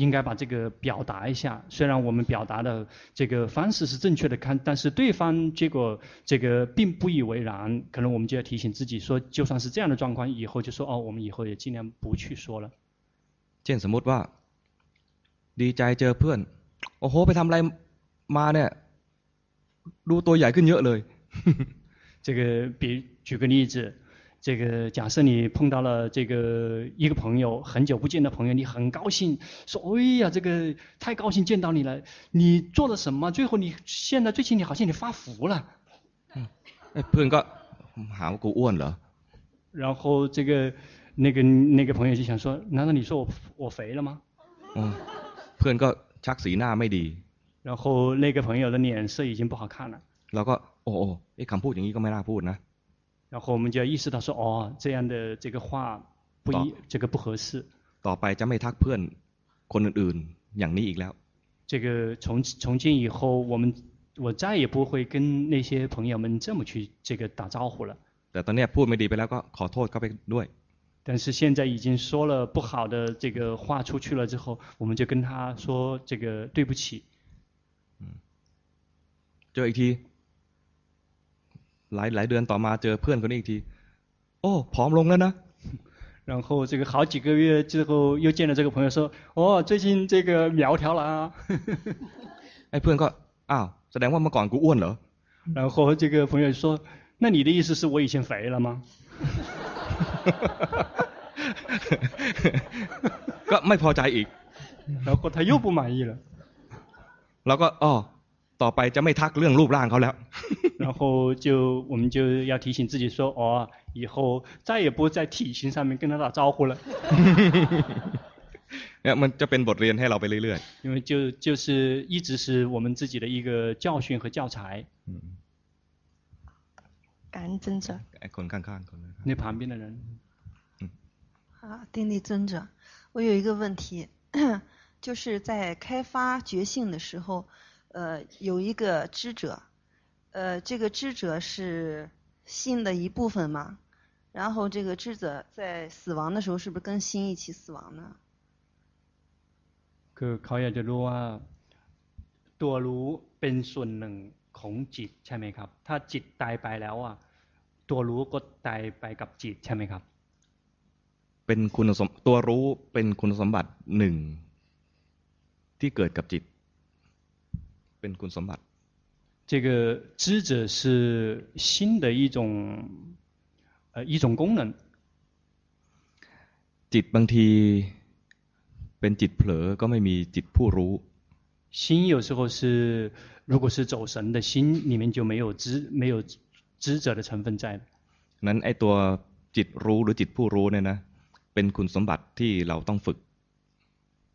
B: 应该把这个表达一下，虽然我们表达的这个方式是正确的，看但是对方结果这个并不以为然，可能我们就要提醒自己说，就算是这样的状况，以后就说哦，我们以后也尽量不去说了。
C: เช่นสมมุติว่า ดีใจเจอเพื่อน โอ้โห ไปทำอะไรมาเนี่ย ดูตัวใหญ่ขึ้นเยอะเลย
B: 这个比举个例子，这个假设你碰到了这个一个朋友，很久不见的朋友，你很高兴，说哎呀，这个太高兴见到你了，你做了什么？最后你现在最近你好像你发福了，
C: เอ้ยเพื่อนก็หาว่ากูอ้วนเหรอ
B: 然后这个那个那个朋友就想说，难道你说我我肥了吗？
C: อ๋อเพื่อนก็ชักสีหน้าไม่ดี
B: 然后那个朋友的脸色已经不好看了，
C: เราก็โอ้โอ้เอ๊ะคำพูดอย่างนี้ก็ไม่น่าพูดนะ
B: 然后我们就要意识到说，哦，这样的这个话不一
C: 懂
B: 这个不合适。
C: ต่อไปจะไม่ทักเพื่อนคนอื่นๆ อย่างนี้อีกแล้ว
B: 这个从从今以后，我们我再也不会跟那些朋友们这么去这个打招呼了。
C: แต่ตอนเนี้ยพูดไม่ดีไปแล้วก็ขอโทษเขาไปด้วย
B: 但是现在已经说了不好的这个话出去了之后，我们就跟他说这个对不起。
C: เจออีกที หลายหลายเดือนต่อมาเจอเพื่อนคนนี้อีกที โอ้ผอมลงแล้วนะ
B: 然后这个好几个月之后又见了这个朋友说，哦，最近这个苗条了啊。
C: ไอ้เพื่อนก็อ้าวแสดงว่าเมื่อก่อนกูอ้วนเหรอ
B: 然后这个朋友说，那你的意思是我以前肥了吗？
C: ก็ไม่พอใจอีก
B: 然后他又不满意了。
C: แล้วก็อ๋อต่อไปจะไม่ทักเรื่องรูปร่างเขาแล้ว
B: 然后就我们就要提醒自己说，哦，以后再也不在体型上面跟他打招呼了，
C: เนี่ยมันจะเป็นบทเรียนให้เราไปเรื่อย
B: 因为就就是一直是我们自己的一个教训和教材。
C: ๆ
E: 感恩尊者。
C: ไอ้คนข้างๆคนนั้น
B: 那旁边的人，
F: 好，啊定力尊者，我有一个问题， 就是在开发觉性的时候，呃，有一个知者，呃，这个知者是心的一部分嘛？然后这个知者在死亡的时候，是不是跟心一起死亡呢？
B: คือเขาอยากจะรู้ว่าตัวรู้เป็นส่วนหนึ่งของจิตใช่ไหมครับ ถ้าจิตตายไปแล้วอ่ะตัวรู้ก็ตายไปกับจิตใช่ไหมครับ
C: เป็นคุณสมตัวรู้เป็นคุณสมบัติหนึ่งที่เกิดกับจิต เป็นคุณสมบัติ
B: 这个知者是心的一种呃一种功能。
C: จิตบางที เป็นจิตเผลอก็ไม่มีจิตผู้รู้
B: 心有时候是，如果是走神的心，里面就没有知没有知者的成分在。
C: นั้นไอตัว จิตรู้หรือจิตผู้รู้เนี่ยนะ เป็นคุณสมบัติที่เราต้องฝึก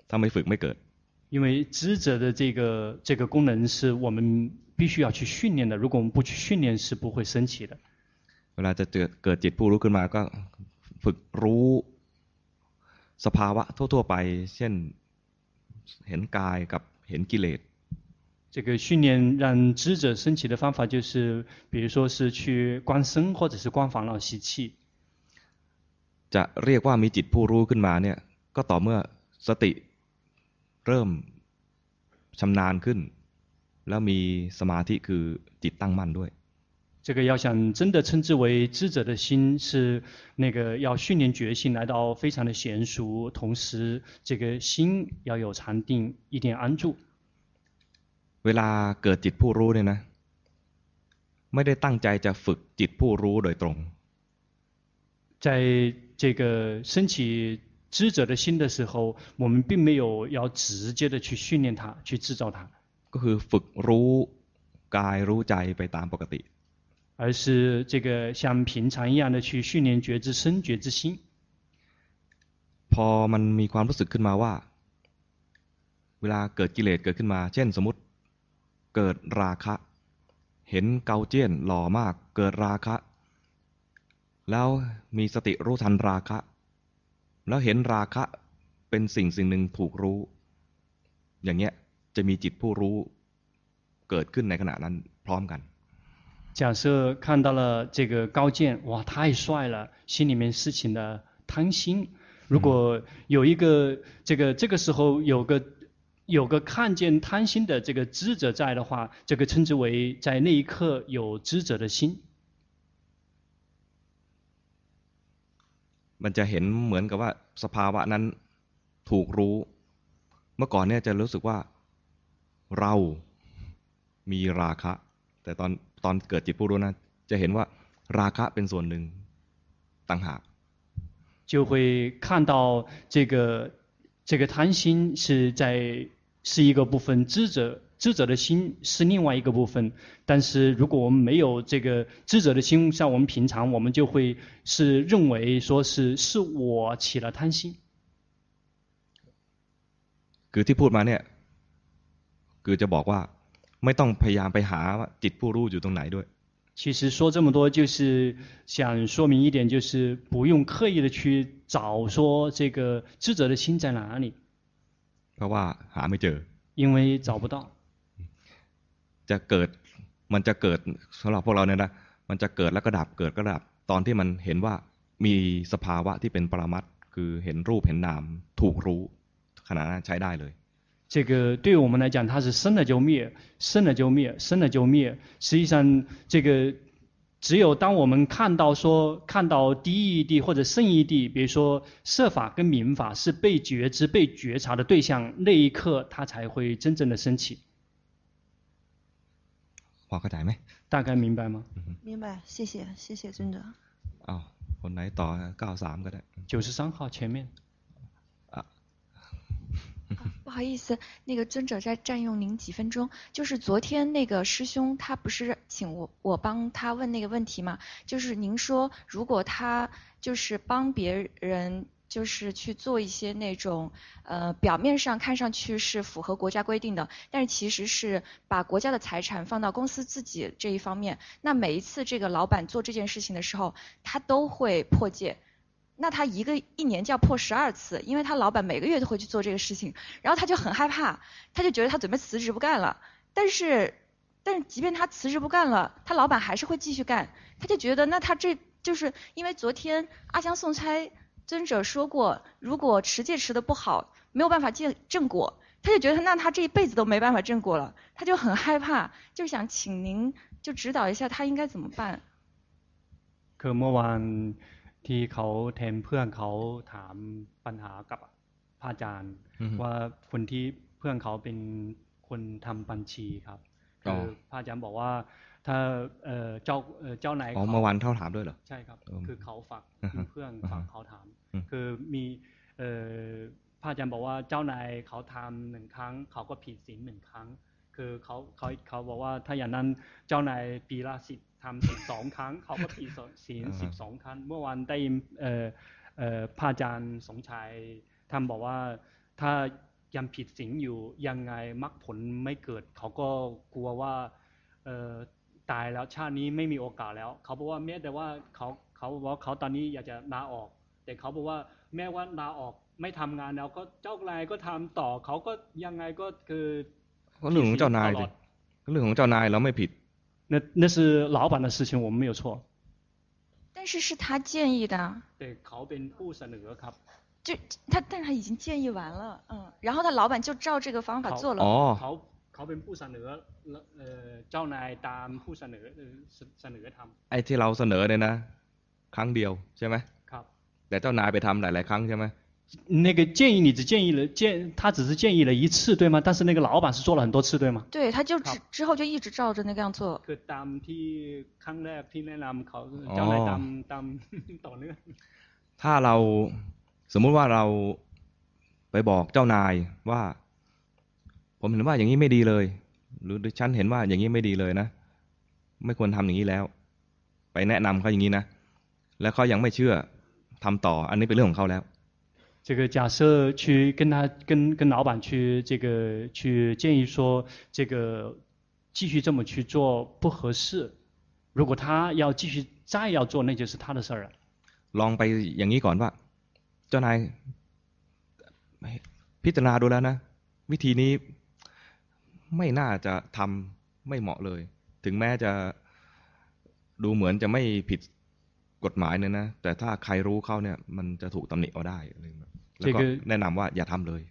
C: ถ้าไม่ฝึกไม่เกิด
B: 因为知者的这个这个功能是我们必须要去训练的，如果我们不去训练是不会升起的。
C: เวลาจะเจอเกิดจิตผู้รู้ขึ้นมาก็ฝึกรู้สภาวะทั่วๆไป เช่นเห็นกายกับเห็นกิเลส
B: 这个训练让知者升起的方法就是，比如说是去观身或者是观烦恼习气。
C: จะเรียกว่ามีจิตผู้รู้ขึ้นมาเนี่ย ก็ต่อเมื่อสติเริ่มชำนาญขึ้น แล้วมีสมาธิคือจิตตั้งมั่นด้วย
B: 这个要想真的称之为知者的心，是那个要训练决心来到非常的娴熟，同时这个心要有禅定，一点安住。
C: เวลาเกิดจิตผู้รู้เนี่ยนะ ไม่ได้ตั้งใจจะฝึกจิตผู้รู้โดยตรง
B: 在这个升起知者的心的时候，我们并没有要直接的去训练它，去制造它，
C: ก็คือฝึกรู้กายรู้ใจไปตามปกติ
B: 而是这个像平常一样的去训练觉知身、觉知心。
C: พอมันมีความรู้สึกขึ้นมาว่า เวลาเกิดกิเลสเกิดขึ้นมา เช่นสมมติเกิดราคะ เห็นเกาเจี้ยนหล่อมาก เกิดราคะ แล้วมีสติรู้ทันราคะ แล้วเห็นราคะเป็นสิ่งสิ่งหนึ่งถูกรู้ อย่างเงี้ยจะมีจิตผู้รู้เกิดขึ้นในขณะนั้นพร้อมกัน
B: 假设看到了这个高见，哇，太帅了，心里面事情的贪心。如果有一个这个这个时候有个有个看见贪心的这个知者在的话，这个称之为在那一刻有知者的心。
C: มันจะเห็นเหมือนกับว่าสภาวะนั้นถูกรู้ เมื่อก่อนเนี่ยจะรู้สึกว่าเรามีราคะ แต่ตอนตอนเกิดจิตผู้รู้นะจะเห็นว่าราคะเป็นส่วนหนึ่งต่างหาก
B: 就会看到这个这个贪心是在是一个部分，知者知者的心是另外一个部分。但是如果我们没有这个知者的心，像我们平常，我们就会是认为说是是我起了贪心。
C: คือที่พูดมาเนี่ย คือจะบอกว่าไม่ต้องพยายามไปหาว่าจิตผู้รู้อยู่ตรงไหนด้วย
B: 其实说这么多，就是想说明一点，就是不用刻意的去找说这个知者的心在哪里，
C: เพราะว่าหาไม่เจอ
B: 因为找不到。
C: จะเกิดมันจะเกิดสำหรับพวกเราเนี่ยนะมันจะเกิดแล้วก็ดับเกิดก็ดับตอนที่มันเห็นว่ามีสภาวะที่เป็นปรมัตถ์คือเห็นรูปเห็นนามถูกรู้ขณะนั้นใช้ได้เลย
B: 这个对于我们来讲，它是生了就灭，生了就灭，生了就灭。实际上，这个只有当我们看到说看到第一义谛或者圣义谛，比如说设法跟民法是被觉知、被觉察的对象，那一刻它才会真正的升起。
C: พอเข้าใจไหม
B: 大概明白吗？
F: 明白，谢谢，谢谢尊者。
C: อ้าวคนไหนต่อเก้าสามก็ได้
B: 九十三号前面，
G: 不好意思，那个尊者再占用您几分钟。就是昨天那个师兄，他不是请我我帮他问那个问题嘛？就是您说，如果他就是帮别人，就是去做一些那种呃表面上看上去是符合国家规定的，但是其实是把国家的财产放到公司自己这一方面，那每一次这个老板做这件事情的时候，他都会破戒。那他一个一年就要破十二次，因为他老板每个月都会去做这个事情，然后他就很害怕，他就觉得他准备辞职不干了。但是，但是即便他辞职不干了，他老板还是会继续干。他就觉得，那他这就是因为昨天阿香送差尊者说过，如果持戒持的不好，没有办法见正果，他就觉得那他这一辈子都没办法正果了，他就很害怕，就想请您就指导一下他应该怎么办。
B: คือเมื่อวานที่เขาแทนเพื่อนเขาถามปัญหากับพระอาจารย์ ว่าคนที่เพื่อนเขาเป็นคนทำบัญชีครับ
C: อ๋อ
B: คือพระอาจารย์บอกว่า ถ้าเอ่อเจ้าเอ่อเจ้านาย
C: อ๋อ
B: ข
C: เมื่อวานเท่าถามด้วยเหรอ
B: ใช่ครับ
C: อืม
B: คือเขาฝาก
C: อ่าฮะ
B: มีเพื่อนฝากเขาถาม
C: อืม
B: คือมีเอ่อพระอาจารย์บอกว่าเจ้านายเขาทำหนึ่งครั้ง เขาก็ผิดศีลหนึ่งครั้ง คือเขาเขาเขาบอกว่าถ้าอย่างนั้นเจ้านายปีละสิบทำสิบสองครั้ง เขาก็ปีสองศีล
C: อ่าฮะ
B: สิบสองครั้ง เมื่อวานได้เอ่อเอ่อพระอาจารย์สงชัยท่านบอกว่าถ้ายังผิดศีลอยู่ยังไงมรรคผลไม่เกิด เขาก็กลัวว่าเอ่อตายแล้วชาตินี้ไม่มีโอกาสแล้ว เขาบอกว่าแม้แต่ว่าเขาเขาบอกว่าเขาตอนนี้อยากจะลาออก แต่เขาบอกว่าแม้ว่าลาออกไม่ทำงานแล้วก็เจ้านายก็ทำต่อ เขาก็ยังไงก็คือ
C: ก็เรื่องของเจ้านายสิก็เรื่องของเจ้านายเราไม่ผิด
B: 那那是老板的事情，我们没有错。
G: 但是是他建议的啊，
B: 对，考本部审核ครับ。
G: 就他，但是他已经建议完了，嗯，然后他老板就照这个方法
B: 好哦
G: 做了。
C: อ๋อ
B: เขาเขาเป็นผู้เสนอแล้วเอ่อเจ้านายตามผู้เสนอเอ่อเสเสนอท
C: ไอ้ที่เราเสนอเนี่ยนะ ครั้งเดียวใช่ไหม
B: ำครับ
C: แต่เจ้านายไปทำหลายๆครั้งใช่ไหม
B: 那个建议你只建议了建，他只是建议了一次对吗？但是那个老板是做了很多次对吗？
G: 对，他就
B: 好
G: 之之后就一直照着那个样做。
B: คือตามที่ครั้งแรกที่แนะนำเขาเจ้านายตามตาม ต่อเนื่อง
C: ถ้าเราสมมุติว่าเราไปบอกเจ้านายว่า ผมเห็นว่าอย่างนี้ไม่ดีเลย หรือฉันเห็นว่าอย่างนี้ไม่ดีเลยนะ ไม่ควรทำอย่างนี้แล้ว ไปแนะนำเขาอย่างนี้นะ แล้วเขายังไม่เชื่อทำต่อ อันนี้เป็นเรื่องของเขาแล้ว
B: 这个假设去跟他跟跟老板去这个去建议说，这个继续这么去做不合适。如果他要继续再要做，那就是他的事儿了。
C: ลองไปอย่างนี้ก่อนว่า เจ้านายพิจารณาดูแล้วนะ วิธีนี้ไม่น่าจะทำไม่เหมาะเลย ถึงแม้จะดูเหมือนจะไม่ผิดกฎหมายเนี่ยนะ แต่ถ้าใครรู้เข้าเนี่ย มันจะถูกตำหนิเอาได้อะไรแบบแล้วก็
B: 这个
C: แนะนำว่าอย่าทำเลย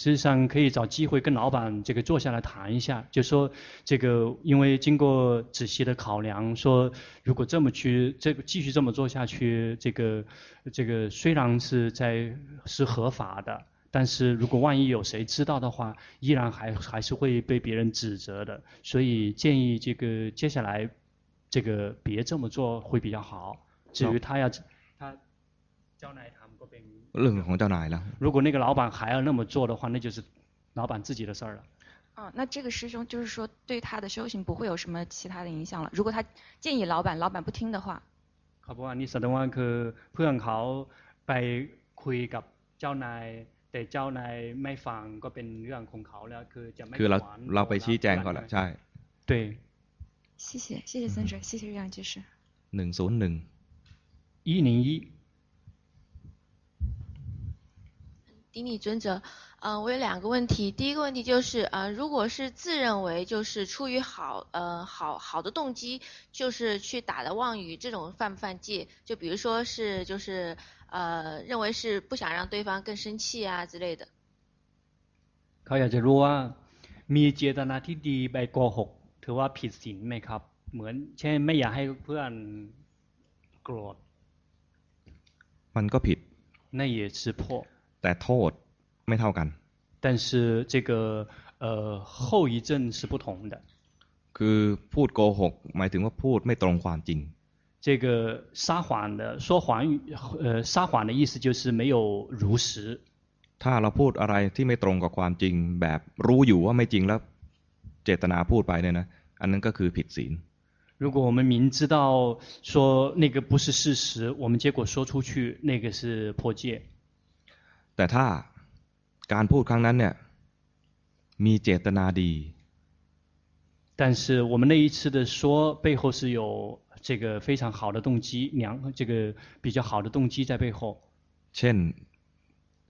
B: 事实上，可以找机会跟老板这个坐下来谈一下，就说这个，因为经过仔细的考量，说如果这么去这个继续这么做下去，这个这个虽然是在是合法的，但是如果万一有谁知道的话，依然还还是会被别人指责的，所以建议这个接下来这个别这么做会比较好。至于他要他将来谈过被。
C: เรื่องของเจ้านายแล้ว
B: 如果那个老板还要那么做的话，那就是老板自己的事儿了。
G: 啊，那这个师兄就是说对他的修行不会有什么其他的影响了。如果他建议老板，老板不听的话，
B: เขาบอกว่านี่แสดงว่าคือเพื่อนเขาไปคุยกับเจ้านาย แต่เจ้านายไม่ฟังก็เป็นเรื่องของเขาแล้วคือจะไม่
C: คือเรา
B: ขวน
C: เราไปชี้แจงก่อนแหละใช่
B: 对
G: 谢谢谢谢尊者，谢谢月亮居士。
C: หนึ่งศูนย์หนึ่ง
B: 一零一
H: 顶礼尊者，嗯、我有两个问题。第一个问题就是，呃，如果是自认为就是出于好，呃，好好的动机，就是去打了妄语，这种犯不犯戒？就比如说是就是呃，认为是不想让对方更生气啊之类的。
B: เขาอยากจะรู้ว่ามีเจตนาที่ดีไปโกหกถือว่าผิดศีลไหมครับ เหมือนเช่นไม่อยากให้เพื่อนโกรธ
C: มันก็ผิด
B: 那也是破。
C: แต่โทษไม่เท่ากัน
B: 但是这个呃后遗症是不同的。
C: คือพูดโกหก หมายถึงว่าพูดไม่ตรงความจริง
B: 这个撒谎的说谎语，呃，撒谎的意思就是没有如实。
C: ถ้าเราพูดอะไรที่ไม่ตรงกับความจริง แบบรู้อยู่ว่าไม่จริงแล้ว เจตนาพูดไปเนี่ยนะอันนั้นก็คือผิดศีล
B: 如果我们明知道说那个不是事实，我们结果说出去，那个是破戒。
C: แต่ถ้าการพูดครั้งนั้นเนี่ย มีเจตนาดี
B: 但是我们那一次的说背后是有这个非常好的动机，良这个比较好的动机在背后。
C: เช่น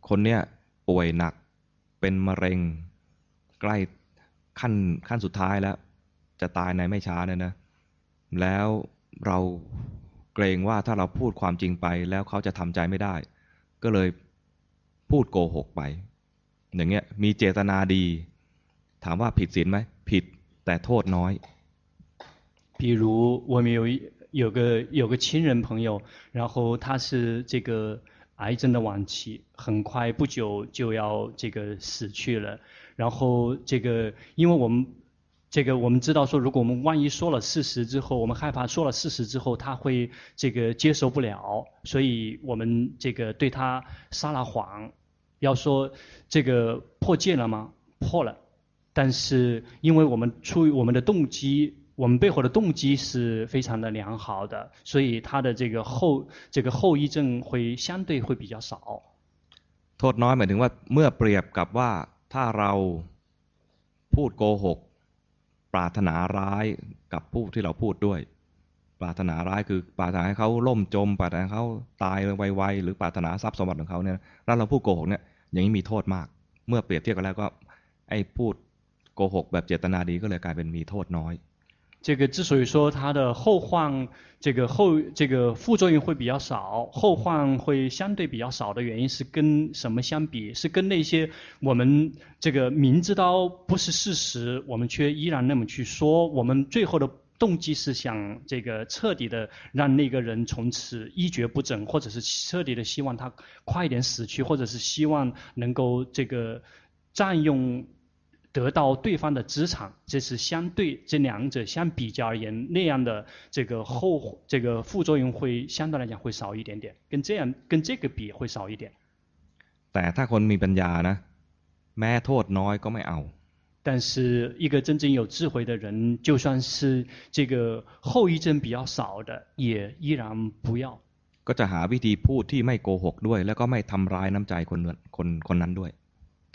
C: คนเนี่ยป่วยหนักเป็นมะเร็ง ใกล้ขั้นขั้นสุดท้ายแล้ว จะตายในไม่ช้าเนี่ยนะ แล้วเราเกรงว่าถ้าเราพูดความจริงไปแล้วเขาจะทำใจไม่ได้ ก็เลยพูดโกหกไป อย่างเงี้ยมีเจตนาดี ถามว่าผิดศีลไหม ผิดแต่โทษน้อย
B: 比如我们有一有个有个亲人朋友，然后他是这个癌症的晚期，很快不久就要这个死去了。然后这个，因为我们这个我们知道说，如果我们万一说了事实之后，我们害怕说了事实之后他会这个接受不了，所以我们这个对他撒了谎。要说这个破戒了吗？破了。但是因为我们出于我们的动机，我们背后的动机是非常的良好的，所以它的这个后这个后遗症会相对会比较少。
C: โทษน้อยหมายถึงว่าเมื่อเปรียบกับว่าถ้าเราพูดโกหก ปรารถนาร้ายกับผู้ที่เราพูดด้วย ปรารถนาร้ายคือปรารถนาให้เขาล่มจม ปรารถนาให้เขาตายไวๆหรือปรารถนาทรัพย์สมบัติของเขาเนี่ยแล้วเราพูดโกหกเนี่ยอย่างนี้มีโทษมาก เมื่อเปรียบเทียบกันแล้วก็ไอ้พูดโกหกแบบเจตนาดีก็เลยกลายเป็นมีโทษน้อย
B: 这个之所以说它的后患，这个后这个副作用会比较少，后患会相对比较少的原因是跟什么相比？是跟那些我们这个明知道不是事实，我们却依然那么去说，我们最后的动机是想这个彻底的让那个人从此一蹶不振，或者是彻底的希望他快一点死去，或者是希望能够这个占用得到对方的资产，这是相对这两者相比较而言，那样的这个后这个副作用会相对来讲会少一点点，跟这样跟这个比会少一点。
C: แต่ถ้าคนมีปัญญานะ แม้โทษน้อยก็ไม่เอา
B: 但是一个真正有智慧的人，就算是这个后遗症比较少的，也依然不要。
C: ก็จะหาวิธีพูดที่ไม่โกหกด้วย แล้วก็ไม่ทำร้ายน้ำใจคนนั้นคนคนนั้นด้วย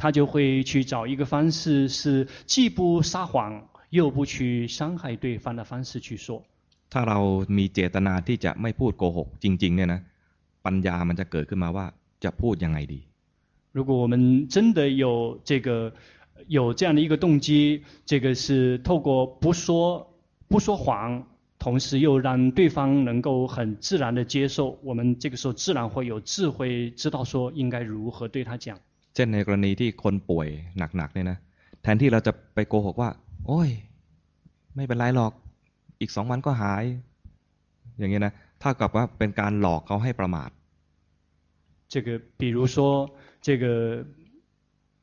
B: 他就会去找一个方式，是既不撒谎，又不去伤害对方的方式去说。
C: ถ้าเรามีเจตนาที่จะไม่พูดโกหกจริง ๆ เนี่ยนะ ปัญญามันจะเกิดขึ้นมาว่าจะพูดยังไงดี
B: 如果我们真的有这个有这样的一个动机，这个是透过不说不说谎，同时又让对方能够很自然的接受，我们这个时候自然会有智慧知道说应该如何对他讲。
C: เช่นในกรณีที่คนป่วยหนักๆเนี่ยนะ แทนที่เราจะไปโกหกว่า โอ้ย ไม่เป็นไรหรอก อีกสองวันก็หาย อย่างเงี้ยนะถ้ากับว่าเป็นการหลอกเขาให้ประมาท
B: 这个比如说这个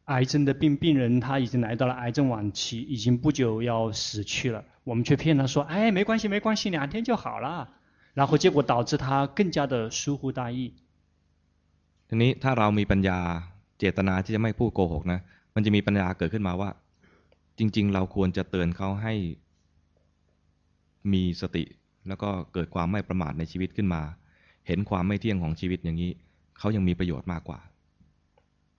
B: 癌症的病病人，他已经来到了癌症晚期，已经不久要死去了，我们却骗他说，哎，没关系，没关系，两天就好了，然后结果导致他更加的疏忽大意。
C: ทีนี้ถ้าเรามีปัญญาเจตนาที่จะไม่พูดโกหกนะ มันจะมีปัญญาเกิดขึ้นมาว่า จริง ๆ เราควรจะเตือนเขาให้มีสติ แล้วก็เกิดความไม่ประมาทในชีวิตขึ้นมา เห็นความไม่เที่ยงของชีวิตอย่างนี้ เขายังมีประโยชน์มากกว่า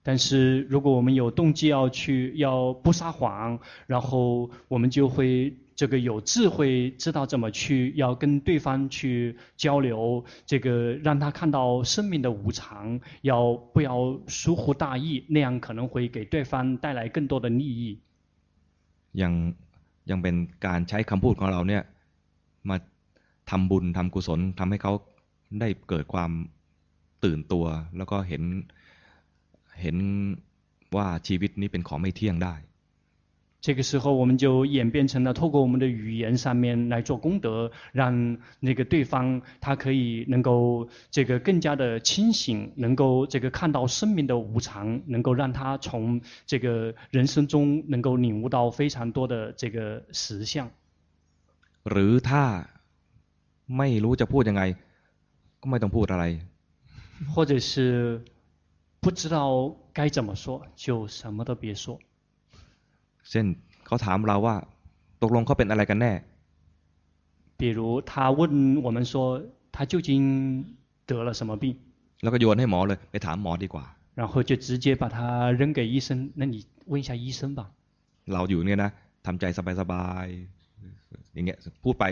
B: 但是如果我们有动机要去要不撒谎，然后我们就会这个有智慧，知道怎么去要跟对方去交流，这个让他看到生命的无常，要不要疏忽大意，那样可能会给对方带来更多的利益。
C: ยังยังเป็นการใช้คำพูดของเราเนี่ย มาทำบุญทำกุศลทำให้เขาได้เกิดความตื่นตัว แล้วก็เห็นเห็นว่าชีวิตนี้เป็นของไม่เที่ยงได้
B: 这个时候，我们就演变成了透过我们的语言上面来做功德，让那个对方他可以能够这个更加的清醒，能够这个看到生命的无常，能够让他从这个人生中能够领悟到非常多的这个实相。
C: หรือถ้าไม่รู้จะพูดยังไง ก็ไม่ต้องพูดอะไร
B: 或者是不知道该怎么说，就什么都别说。
C: เช่นเขาถามเราว่า ตกลงเขาเป็นอะไรกันแน่
B: 比如他问我们说他究竟得了什么病，
C: แล้วก็โยนให้หมอเลย ไปถามหมอดีกว่า
B: 然后就直接把他扔给医生，那你问一下医生吧。
C: เราอยู่เนี่ยนะทำใจสบายๆอย่างเงี้ยพูดไป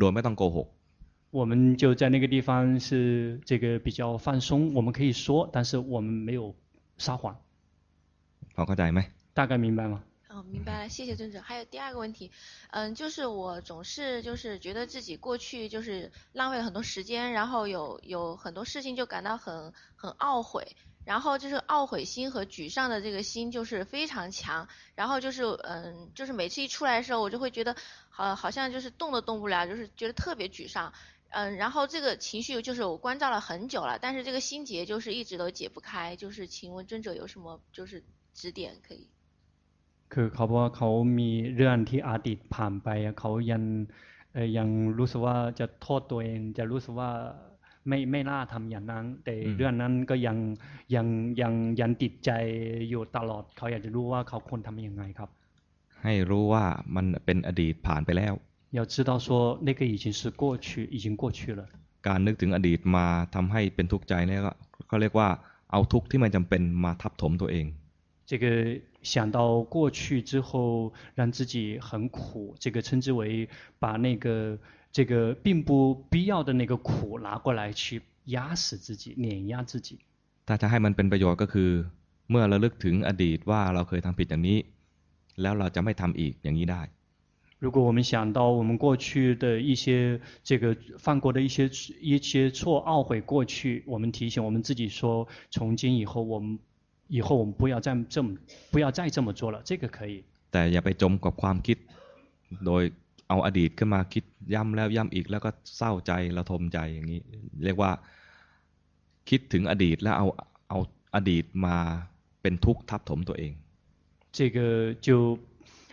C: โดยไม่ต้องโกหก
B: 我们就在那个地方是这个比较放松，我们可以说，但是我们没有撒谎，
C: พอเข้าใจไหม
B: 大概明白吗？
H: 哦，明白了，谢谢尊者。还有第二个问题，嗯，就是我总是就是觉得自己过去就是浪费了很多时间，然后有有很多事情就感到很很懊悔，然后就是懊悔心和沮丧的这个心就是非常强，然后就是嗯，就是每次一出来的时候，我就会觉得好好像就是动都动不了，就是觉得特别沮丧。嗯，然后这个情绪就是我关照了很久了，但是这个心结就是一直都解不开，就是请问尊者有什么就是指点可以？
B: คือเขาบอกว่าเขามีเรื่องที่อดีตผ่านไปอะเขายังเอ่อยังรู้สึกว่าจะโทษตัวเอง จะรู้สึกว่าไม่ไม่น่าทำอย่างนั้น แต่
C: อืม
B: เรื่องนั้นก็ยังยังยังยังติดใจอยู่ตลอด เขาอยากจะรู้ว่าเขาควรทำยังไงครับ
C: ให้รู้ว่ามันเป็นอดีตผ่านไปแล้ว
B: 要知道说那个已经是过去，已经过去了。
C: การนึกถึงอดีตมาทำให้เป็นทุกข์ใจเนี่ยก็เขาเรียกว่าเอาทุกข์ที่มันจำเป็นมาทับถมตัวเอง
B: 这个想到过去之后，让自己很苦，这个称之为把那个这个并不必要的那个苦拿过来去压死自己，碾压自己。
C: ถ้าจะให้มันเป็นประโยชน์ก็คือ เมื่อระลึกถึงอดีตว่าเราเคยทำผิดอย่างนี้ แล้วเราจะไม่ทำอีกอย่างนี้ได้
B: 如果我们想到我们过去的一些这个犯过的一些一些错，懊悔过去，我们提醒我们自己说，从今以后我们以后我们不要再这么不要再这么做了，这个可以。
C: แต่อย่าไปจมกับความคิด โดยเอาอดีตขึ้นมาคิดย้ำแล้วย้ำอีกแล้วก็เศร้าใจระทมใจอย่างนี้ เรียกว่าคิดถึงอดีตแล้วเอาเอาอดีตมาเป็นทุกข์ทับถมตัวเอง
B: 这个就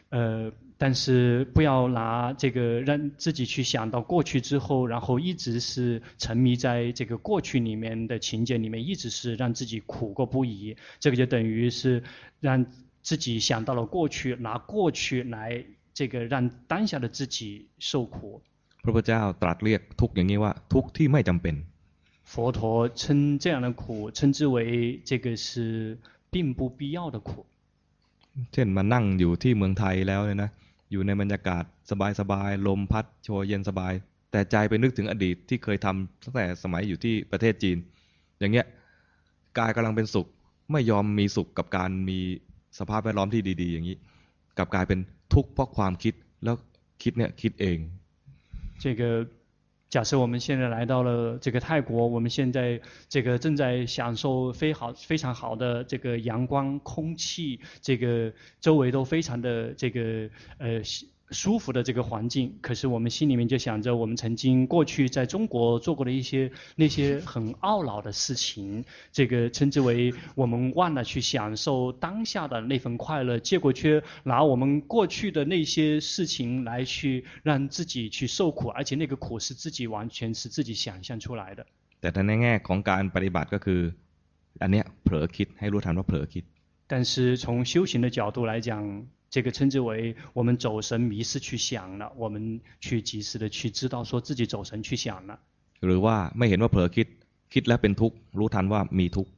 B: 呃，但是不要拿这个让自己去想到过去之后，然后一直是沉迷在这个过去里面的情节里面，一直是让自己苦过不已。这个就等于是让自己想到了过去，拿过去来这个让当下的自己受苦。
C: พระพุทธเจ้าตรัสเรียกทุกข์อย่างนี้ว่าทุกข์ที่ไม่จำเป็น
B: 佛陀称这样的苦称之为这个是并不必要的苦。
C: เช่นมานั่งอยู่ที่เมืองไทยแล้วเนี่ยนะ อยู่ในบรรยากาศสบายๆ ลมพัดโชยเย็นสบาย แต่ใจไปนึกถึงอดีตที่เคยทำตั้งแต่สมัยอยู่ที่ประเทศจีน อย่างเงี้ยกายกำลังเป็นสุข ไม่ยอมมีสุขกับการมีสภาพแวดล้อมที่ดี ๆ อย่างนี้กลับกลายเป็นทุกข์เพราะความคิดแล้วคิดเนี่ยคิดเอง
B: 这个假设我们现在来到了这个泰国，我们现在这个正在享受非好非常好的这个阳光、空气，这个周围都非常的这个呃舒舒服的这个环境。可是我们心里面就想着，我们曾经过去在中国做过的一些那些很懊恼的事情，这个称之为我们忘了去享受当下的那份快乐，结果却拿我们过去的那些事情来去让自己去受苦，而且那个苦是自己完全是自己想象出来的。
C: แต่ถ้าในแง่ของการปฏิบัติก็คือ อันเนี้ยเผลอคิดให้รู้ทันว่าเผลอคิด
B: 但是从修行的角度来讲，这个称之为我们走神迷失去想了，我们去及时的去知道说自己走神去想了。
C: หรือว่าไม่เห็นว่าเผลอคิดคิดแล้วเป็นทุกข์รู้ทันว่ามีทุกข์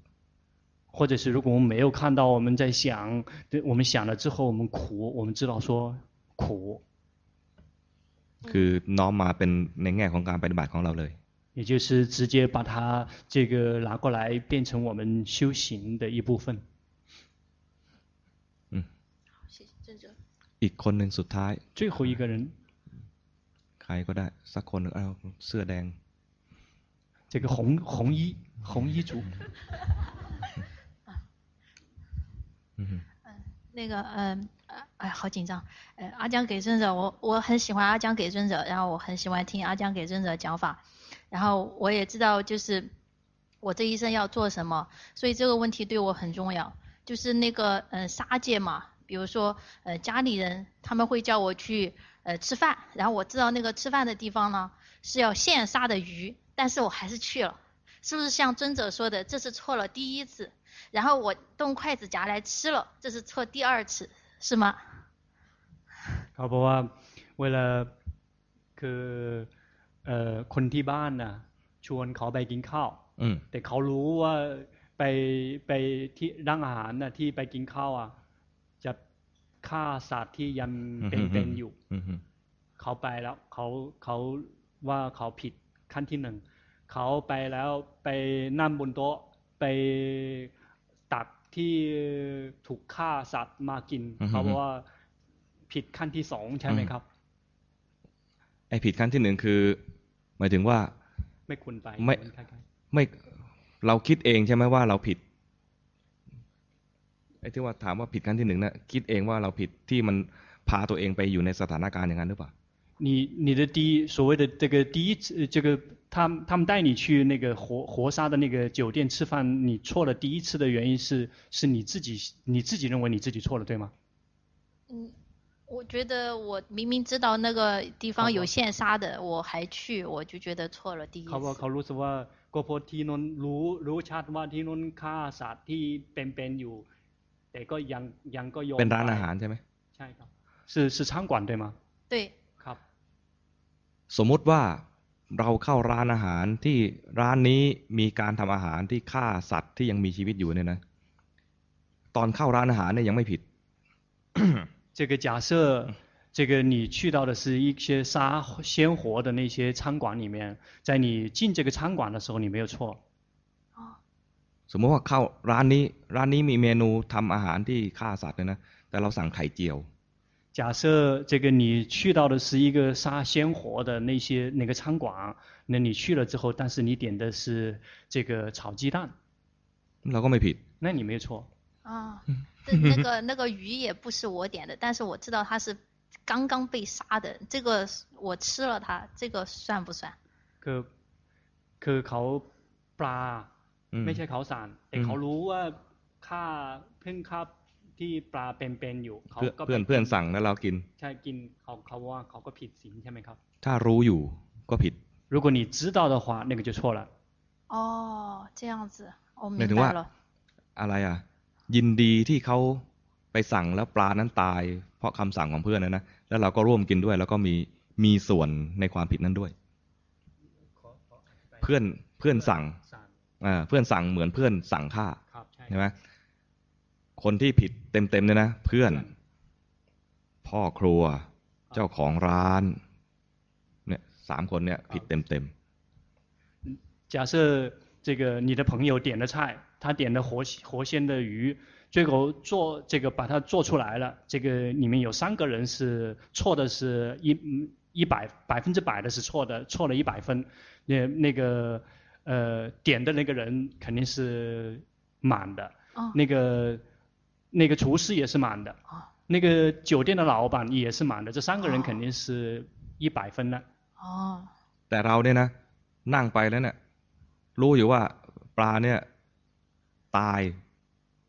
B: 或者是如果我们没有看到我们在想，对我们想了之后我们苦，我们知道说苦，
C: คือน้อมมาเป็นในแง่ของการปฏิบัติของเราเลย
B: 也就是直接把它这个拿过来变成我们修行的一部分。
H: 谢谢郑哲。
C: อีกคนหนึ่งสุดท้าย
B: 最后一个人，
C: ใครก็ได้ สักคนหนึ่งเอาเสื้อแดง
B: 这个红红衣红衣族，
C: อืม
I: 那个，嗯、呃，哎，好紧张。呃，阿江给尊者，我我很喜欢阿江给尊者，然后我很喜欢听阿江给尊者讲法，然后我也知道就是我这一生要做什么，所以这个问题对我很重要。就是那个，嗯、呃，杀戒嘛，比如说，呃，家里人他们会叫我去，呃，吃饭，然后我知道那个吃饭的地方呢是要现杀的鱼，但是我还是去了，是不是像尊者说的，这是错了第一次？然后我动筷子夹来吃了，这是错第二次，是吗？
B: เขาบอกว่าเวลาคือเอ่อคนที่บ้านนะชวนเขาไปกินข้าว
C: อืม
B: แต่เขารู้ว่าไปไปที่ร้านอาหารนะที่ไปกินข้าวอ่ะจะฆ่าสัตว์ที่ยังเป็นๆอยู่
C: อืมอืม
B: เขาไปแล้วเขาเขาว่าเขาผิดขั้นที่หนึ่งเขาไปแล้วไปนั่งบนโต๊ะไปตักที่ถูกฆ่าสัตว์มากินเขาบอกว่าผิดขั้นที่สองใช่ไหมครับ
C: ไอผิดขั้นที่หนึ่งคือหมายถึงว่า
B: ไม่ควรไป
C: ไม่
B: คล้าย
C: ไม่เราคิดเองใช่ไหมว่าเราผิดไอที่ว่าถามว่าผิดขั้นที่หนึ่งนะคิดเองว่าเราผิดที่มันพาตัวเองไปอยู่ในสถานการณ์อย่างนั้นหรือเปล่า
B: ๆ你你的第一所谓的这个第一次呃这个他们他们带你去那个活活杀的那个酒店吃饭，你错了第一次的原因是是你自己你自己认为你自己错了，对吗？
I: 嗯，我觉得我明明知道那个地
B: 好
I: 方有
B: 吧
I: 现杀的，我还去，我就觉得错了第一
B: เขาบอก
I: 次。
B: เขารู้สึกว่าก็เพราะที่นนรู้รู้ชัดว่าที่นนฆ่าสัตว์ที่เป็นๆอยู่ แต่ก็ยังยังก็ยอม
C: เป็นร้านอาหาร
B: ไป
C: ใช่ไหม
B: ใช่ครับ 是是餐馆对吗？
I: 对，
C: สมมุติว่าเราเข้าร้านอาหารที่ร้านนี้มีการทำอาหารที่ฆ่าสัตว์ที่ยังมีชีวิตอยู่เนี่ยนะ ตอนเข้าร้านอาหารเนี่ยยังไม่ผิด
B: 这个假设，这个你去到的是一些杀鲜活的那些餐馆里面，在你进这个餐馆的时候，你没有错。
C: สมมติว่าเข้าร้านนี้ ร้านนี้มีเมนูทำอาหารที่ฆ่าสัตว์เนี่ยนะแต่เราสั่งไข่เจียว
B: 假设呃这个你去到的是一个杀鲜活的那些那个餐馆，那你去了之后，但是你点的是这个炒鸡蛋，
C: เราก็ไม่ผิด
B: 那你没错。
I: 啊，
B: 嗯
I: 这那个那个鱼也不是我点的，但是我知道它是刚刚被杀的，这个是我吃了它，这个算不算？
B: คือคือเขาปลา
C: อืม
B: ไม่ใช่เขาสารแต่
C: อืม
B: เขารู้ว่าค่าเพิ่งค่าที่ปลาเป็นๆอยู่เขา
C: เพื่อน
B: ก็ไป
C: เพื่อนเพื่อนสั่งแล้วเรากิน
B: ใช่กินเขาเขาว่าเขาก็ผิดศีลใช่ไหมครับ
C: ถ้ารู้อยู่ก็ผิด
B: 如果你知道的话，那个就错了。
I: 哦，这样子，我
C: หมาย
I: 明
C: ถึงว่า
I: 白了。
C: อะไรอ่ะ ยินดีที่เขาไปสั่งแล้วปลานั้นตาย เพราะคำสั่งของเพื่อนนะนะแล้วเราก็ร่วมกินด้วย แล้วก็มีมีส่วนในความผิดนั้นด้วย เพื่อนเพื่อนสั่งอ่าเพื่อนสั่งเหมือนเพื่อนสั่งฆ่า
B: ครับใช่
C: ใช่ไหมคนที่ผิดเต็มๆเนี่ยนะเพื่อน พ่อครัวเจ้าของร้านเนี่ยสามคนเนี่ยผิดเต็ม
B: 假设这个你的朋友点的菜，他点的活活鲜的鱼，最后做这个把它做出来了，这个里面有三个人是错的是一嗯一百百分之百的是错的，错了一百分，那那个呃点的那个人肯定是满的，
I: 哦
B: 那个那个厨师也是满的，那个酒店的老板也是满的，这三个人肯定是一百分了。
I: 哦，
C: ๆ แต่เราเนี่ยนะนั่งไปแล้วเนี่ยรู้อยู่ว่าปลาเนี่ยตาย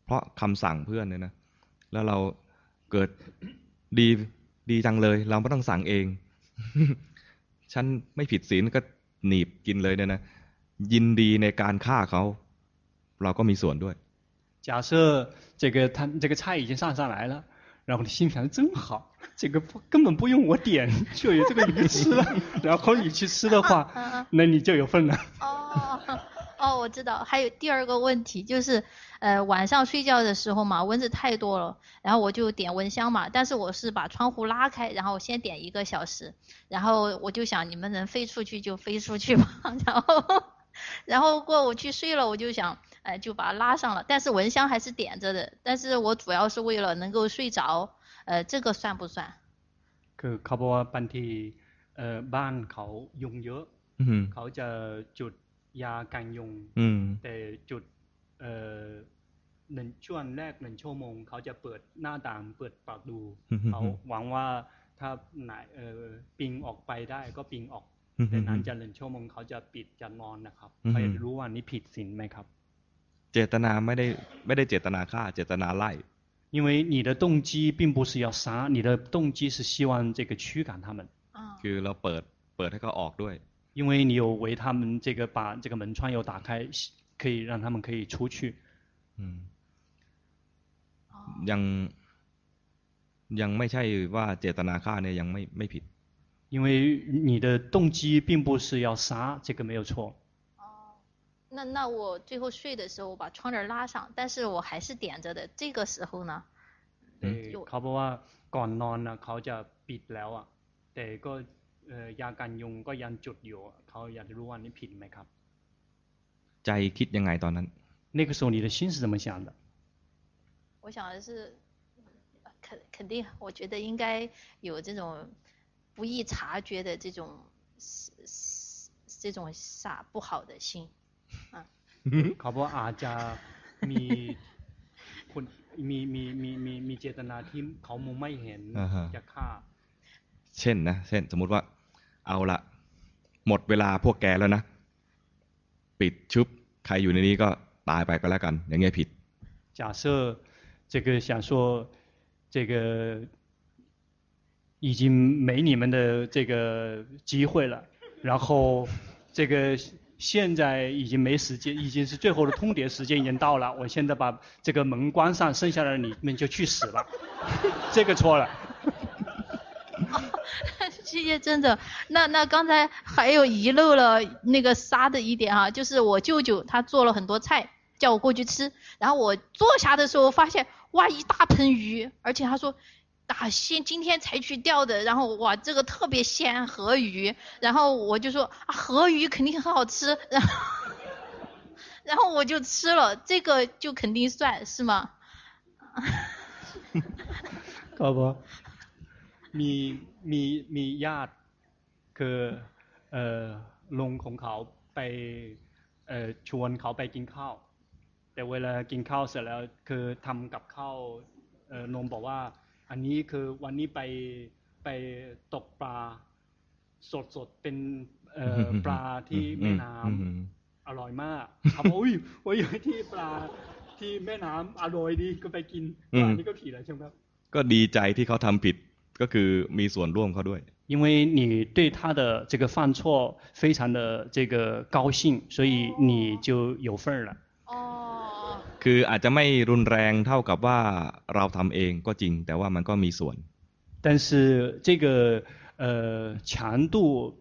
C: เพราะคำสั่งเพื่อนเนี่ยนะแล้วเราเกิดดีดีจังเลย เราไม่ต้องสั่งเอง ฉันไม่ผิดศีลก็หนีบกินเลยเนี่ยนะยินดีในการฆ่าเขา เราก็มีส่วนด้วย
B: 假设这个他这个菜已经上上来了，然后你心想真好，这个不根本不用我点就有这个鱼吃了， 然后你去吃的话，那你就有份了。
I: 哦， 哦，我知道。还有第二个问题就是，呃，晚上睡觉的时候嘛，蚊子太多了，然后我就点蚊香嘛，但是我是把窗户拉开，然后先点一个小时，然后我就想你们能飞出去就飞出去吧， 然后，然后过我去睡了，我就想，哎、就把它拉上了，但是蚊香还是点着的，但是我主要是为了能够睡着，呃，这个算不算？
B: คือเขาบอกว่าบางทีเอ่อบ้านเขายุงเยอะ
C: อืม
B: เขาจะจุดยากันยุง
C: อืม
B: แต่จุดเอ่อหนึ่งช่วงแรกหนึ่งชั่วโมงเขาจะเปิดหน้าต่างเปิดประตู
C: อืม
B: เขาหวังว่าถ้าไหนเอ่อปิงออกไปได้ก็ปิงออก แต่หลังจากหนึ่งชั่วโมงเขาจะปิดจะนอนนะครับ
C: อือฮึ
B: เขาจะรู้ว่านี่ผิดศีลไหมครับ
C: เจตนาไม่ได้ไม่ได้เจตนาฆ่า เจตนาไล่
B: 因为你的动机并不是要杀，你的动机是希望这个驱赶他们，
C: คือเราเปิดเปิดให้เขาออกด้วย
B: 因为你有为他们这个把这个门窗有打开，可以让他们可以出去。
C: ยังยังไม่ใช่ว่าเจตนาฆ่าเนี่ยยังไม่ไม่ผิด
B: 因为你的动机并不是要杀，这个没有错。
I: 那那我最后睡的时候，我把窗帘拉上，但是我还是点着的。这个时候呢，
B: แต่เขาบอกว่าก่อนนอนนะเขาจะปิดแล้วอ่ะแต่ก็เอ่อยากันยุงก็ยังจุดอยู่อะเขาอยากจะรู้ว่านี่ผิดไหมครับ
C: ใจคิดยังไงตอนนั้น
B: 那个时候你的心是怎么想的？
I: 我想的是，呃肯肯定，我觉得应该有这种不易察觉的这种这种啥不好的心，啊，
B: เขาบอกว่าอาจจะมี คนมีมีมีมีมีเจตนาที่เขามองไม่เห็น
C: อ่าฮะ
B: จะฆ่า
C: เช่นนะเช่น สมมุติว่า เอาละหมดเวลาพวกแกแล้วนะ ปิดชุบ ใครอยู่ในนี้ก็ตายไปก็แล้วกัน อย่างเงี้ยผิด
B: 假设这个想说，这个已经没你们的这个机会了， 然后这个现在已经没时间，已经是最后的通牒时间已经到了， 我现在 把这个门关上，剩下的你们就去死吧，这个错了。
I: 谢谢尊者。那那刚才还有遗漏了那个沙的一点哈、就是我舅舅他做了很多菜，叫我过去吃。然后我坐下的时候发现，哇，一大盆鱼，而且他说。啊，现今天才去钓的，然后哇，这个特别鲜河鱼，然后我就说啊，河鱼肯定很好吃，然后然后我就吃了，这个就肯定算是吗？
B: ครับผมมีมีมีญาติคือเอ่อลุงของเขาไปเอ่อชวนเขาไปกินข้าว แต่เวลากินข้าวเสร็จแล้วคือทำกับข้าวเอ่อนมบอกว่า อันนี้คือวันนี้ไปไปตกปลาสดสดๆเป็นเอ่ อปลาที่แม่น้
C: อืมอืม
B: ำอร่อยมากเขาบอกอุ้ยอุ้ย ที่ปลาที่แม่น้ำอร่อยดีก็ไปกิน
C: อืม
B: นี่ก็ผิดแล้วใช่ไหมครับ
C: ก็ดีใจที่เขาทำผิดก็คือมีส่วนร่วมเขาด้วย
B: 因为你对他的这个犯错非常的这个高兴，所以你就有份儿了。
C: คืออาจจะไม่รุนแรงเท่ากับว่าเราทำเองก็จริง แต่ว่ามันก็มีส่วน
B: 但是这个呃强度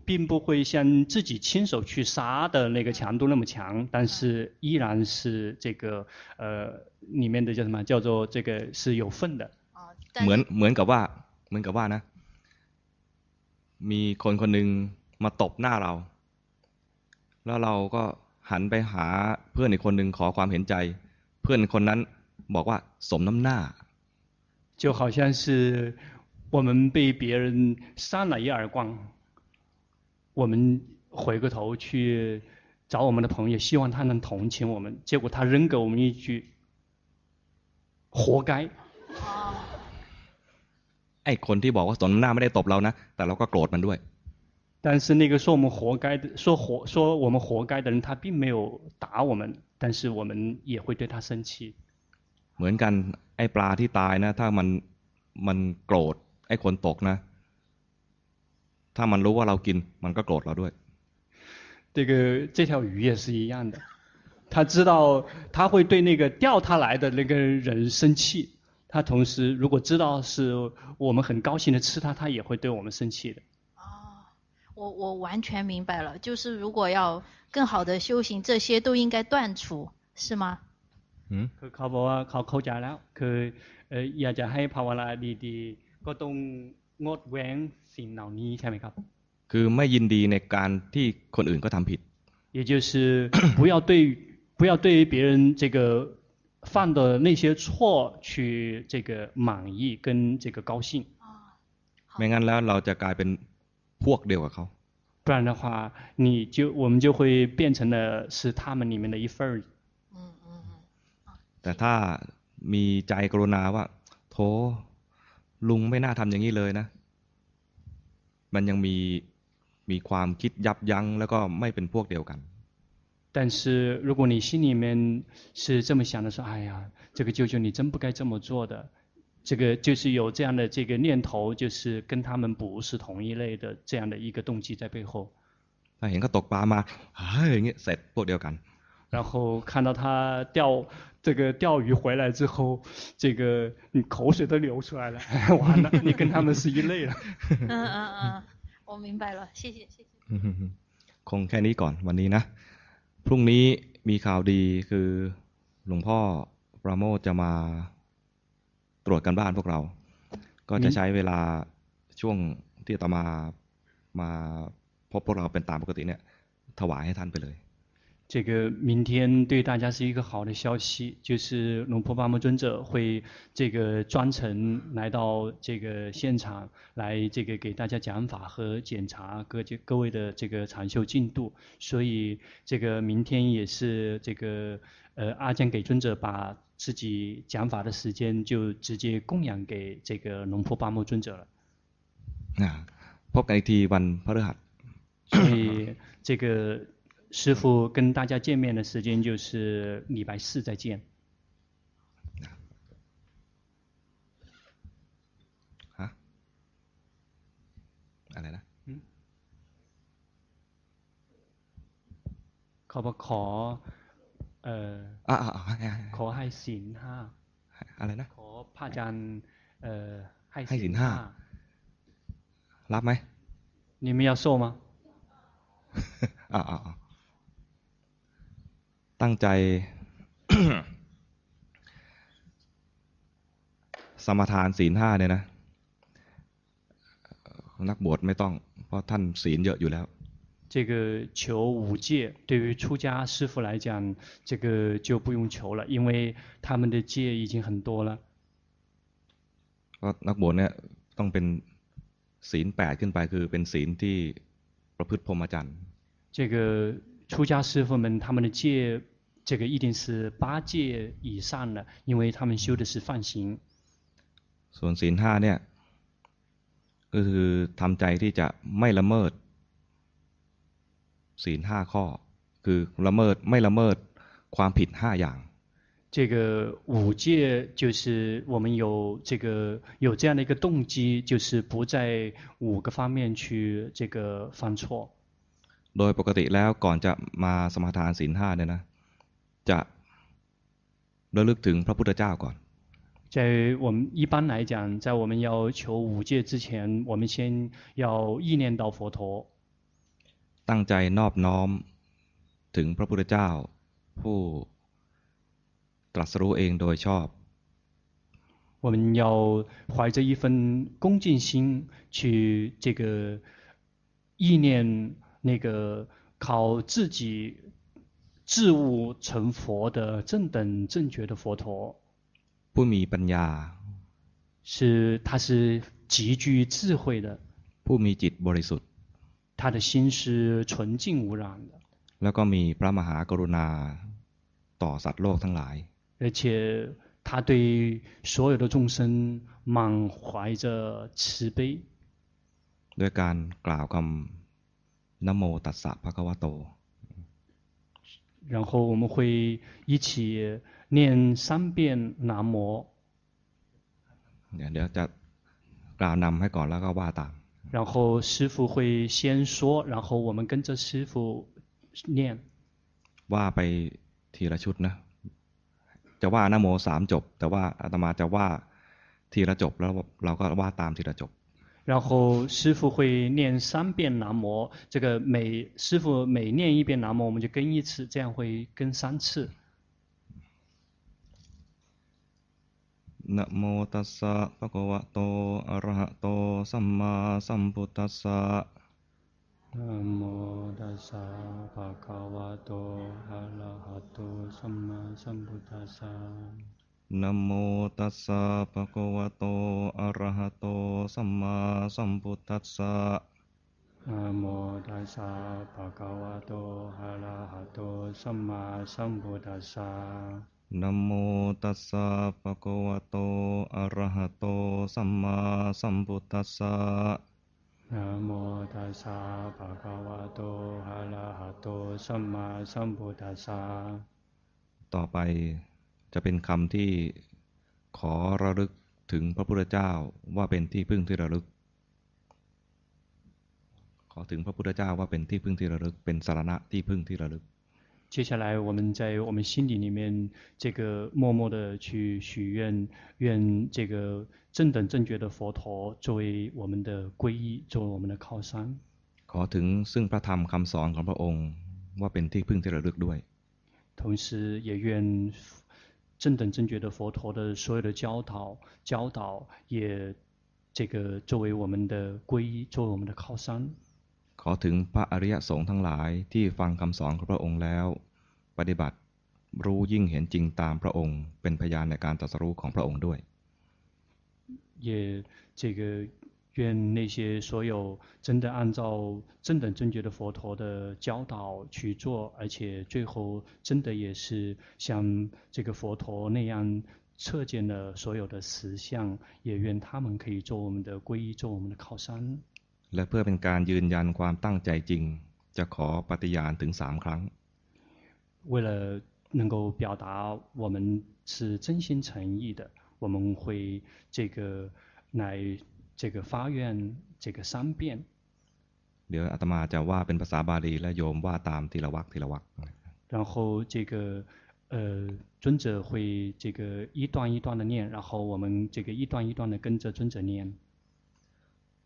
B: 并不会像自己亲手去杀的那个强度那么强，但是依然是这个呃里面的叫什么叫做这个是有份的。
C: เหมือนเหมือนกับว่าเหมือนกับว่านะ มีคนคนหนึ่งมาตบหน้าเรา แล้วเราก็หันไปหาเพื่อนอีกคนหนึ่งขอความเห็นใจ เพื่อนคนนั้นบอกว่าสมน้ำหน้า
B: 就好像是我们被别人扇了一耳光，我们回过头去找我们的朋友，希望他能同情我们，结果他扔给我们一句“活该
C: ไอ้คนที่บอกว่าสมน้ำหน้าไม่ได้ตบเรานะ แต่เราก็โกรธมันด้วย ”。
B: 但是那个说我们活该的，说活说我们活该的人，他并没有打我们，但是我们也会对他生气。
C: เหมือนกันไอ้ปลาที่ตายนะ ถ้ามันมันโกรธไอ้คนตกนะ ถ้ามันรู้ว่าเรากินมันก็โกรธเราด้วย
B: 这个这条鱼也是一样的，他知道他会对那个钓他来的那个人生气，他同时如果知道是我们很高兴的吃它，他也会对我们生气的。
I: 我我完全明白了，就是如果要更好的修行，这些都应该断除，是吗？
C: 嗯，
B: คือเขาบอกว่าเขาเข้าใจแล้วคือเอ่ออยากจะให้ภาวนาดีๆ ก็ต้องงดเว้นสิ่งเหล่านี้ใช่ไหมครับ
C: คือไม่ยินดีในการที่คนอื่นก็ทำผิด
B: 也就是不要对不要对于别人这个犯的那些错去这个满意跟这个高兴。
C: ไม่งั้นแล้วเราจะกลายเป็นพวกเดียวกับเขา
B: 不然的话，你就我们就会变成了是他们里面的一份儿。
C: แต่ถ้ามีใจกรุณาว่า โถลุงไม่น่าทำอย่างนี้เลยนะ มันยังมีมีความคิดยับยั้งแล้วก็ไม่เป็นพวกเดียวกัน
B: 但是如果你心里面是这么想的，说：“哎呀，这个舅舅你真不该这么做的。”这个就是有这样的这个念头，就是跟他们不是同一类的这样的一个动机在背后。
C: ถ้าเห็นเขาตกปลามาเฮ้ยอย่างเงี้ยเสร็จพวกเดียวกัน
B: 然后看到他钓这个钓鱼回来之后，这个你口水都流出来了， 完了，你跟他们是一类了。
I: 嗯嗯嗯，我明白了，谢谢谢谢。
C: อืม คงแค่นี้ก่อนวันนี้นะ พรุ่งนี้มีข่าวดีคือหลวงพ่อประโมทจะมาตรวจกันบ้านพวกเรา ก็จะใช้เวลาช่วงที่อาตมามาพบพวกเราเป็นตามปกติเนี่ย ถวายให้ท่านไปเลย
B: 这个明天对大家是一个好的消息，就是龙婆巴木尊者会这个专程来到这个现场来这个给大家讲法和检查各界各位的这个禅修进度，所以这个明天也是这个呃阿江给尊者把自己讲法的时间就直接供养给这个龙婆巴木尊者了。
C: นะพบกันอีกทีวันพฤหัส
B: 所以这个师傅跟大家见面的时间就是礼拜四再见。
C: อะไรนะ
B: เขาบอกขอเอ่อ
C: อ่าอ่าอ่าให้ให้ให้
B: ขอให้ศีลห้า
C: อะไรนะ
B: ขอพระอาจารย์เอ่อให้
C: ให้ศีลห้า รับไหม
B: 你们要受吗？
C: อ่าอ่าอ่าตั้งใจ สมทานศีลห้าเนี่ยนะนักบวชไม่ต้อง เพราะท่านศีลเยอะอยู่แล้ว
B: 这个求五戒，对于出家师傅来讲，这个就不用求了，因为他们的戒已经很多了。
C: ก็นักบวชเนี่ยต้องเป็นศีลแปดขึ้นไปคือเป็นศีลที่ประพฤติพรหมจรรย์
B: 这个出家师傅们他们的戒，这个一定是八戒以上了，因为他们修的是梵行。
C: ส่วนศีลห้าเนี่ยก็คือทำใจที่จะไม่ละเมิด ศีลห้าข้อ คือละเมิดไม่ละเมิดความผิดห้าอย่าง
B: 这个五戒就是我们有这个有这样的一个动机，就是不在五个方面去这个犯错。
C: โดยปกติแล้วก่อนจะมาสมาทานศีลห้าเนี่ยนะ จะระลึกถึงพระพุทธเจ้าก่อน
B: 在我们一般来讲，在我们要求五戒之前，我们先要意念到佛陀，
C: ตั้งใจนอบน้อมถึงพระพุทธเจ้า ผู้ตรัสรู้เองโดยชอบ
B: 我们要怀着一份恭敬心去这个呃意念那个靠自己自悟成佛的正等正觉的佛陀，
C: ผู้มีปัญญา
B: 是他是极具智慧的，
C: ผู้มีจิตบริสุทธิ์
B: 他的心是纯净无染的，
C: แล้วก็มีพระมหากรุณาต่อสัตว์โลกทั้งหลาย
B: 而且他对所有的众生满怀着慈悲。
C: ด้วยการกล่าวคำนะโมตัสสะภะคะวะโต
B: 然后我们会一起念三遍南无，
C: เดี๋ยวเดี๋ยวจะกล่าวนำให้ก่อนแล้วก็ว่าตาม
B: 然后师傅会先说，然后我们跟着师傅念，
C: ว่าไปทีละชุดนะ จะว่านะโมสามจบ แต่ว่าอาตมาจะว่าทีละจบแล้วเราก็ว่าตามทีละจบ
B: 然后师傅会念三遍南无，这个每师傅每念一遍南无，我们就跟一次，这样会跟三次。
C: นะโมตัสสะภะคะวะโต อะระหะโต สัมมาสัมพุทธัสสะ
D: นะโมตัสสะภะคะวะโต อะระหะโต สัมมาสัมพุทธัสสะ
C: นะโมตัสสะภะคะวะโต อะระหะโต สัมมาสัมพุทธัสสะ
D: นะโมตัสสะภะคะวะโต อะระหะโต สัมมาสัมพุทธัสสะ
C: นะโมตัสสะภะคะวะโต อะระหะโต สัมมาสัมพุทธัสสะ
D: นะโมตัสสะภะคะวะโต อะระหะโต สัมมาสัมพุทธัสสะ
C: ต่อไปจะเป็นคำที่ขอระลึกถึงพระพุทธเจ้าว่าเป็นที่พึ่งที่ระลึก ขอถึงพระพุทธเจ้าว่าเป็นที่พึ่งที่ระลึก เป็นสารณะที่พึ่งที่ระลึก
B: 接下来，我们在我们心底里面，这个默默的去许愿，愿这个正等正觉的佛陀作为我们的皈依，作为我们的靠山，
C: ขอถึงซึ่งพระธรรมคำสอนของพระองค์ว่าเป็นที่พึ่งที่ระลึกด้วย
B: 同时也愿正等正觉的佛陀的所有的教导教导也这个作为我们的皈依，作为我们的靠山。
C: ขอถึงพระอริยสงฆ์ทั้งหลายที่ฟังคำสอนของพระองค์แล้ว ปฏิบัติรู้ยิ่งเห็นจริงตามพระองค์ เป็นพยานในการตรัสรู้ของพระองค์ด้วย
B: 也这个愿那些所有真的按照正等正觉的佛陀的教导去做，而且最后真的也是像这个佛陀那样测见了所有的实相，也愿他们可以做我们的皈依，做我们的靠山。
C: และเพื่อเป็นการยืนยันความตั้งใจจริง จะขอปฏิญาณถึงสามครั้ง
B: 为了能够表达我们是真心诚意的，我们会这个来这个发愿这个三遍。
C: เดี๋ยวอาตมาจะว่าเป็นภาษาบาลีและโยมว่าตามทีละวักทีละวัก
B: 然后这个呃尊者会这个一段一段的念，然后我们这个一段一段的跟着尊者念。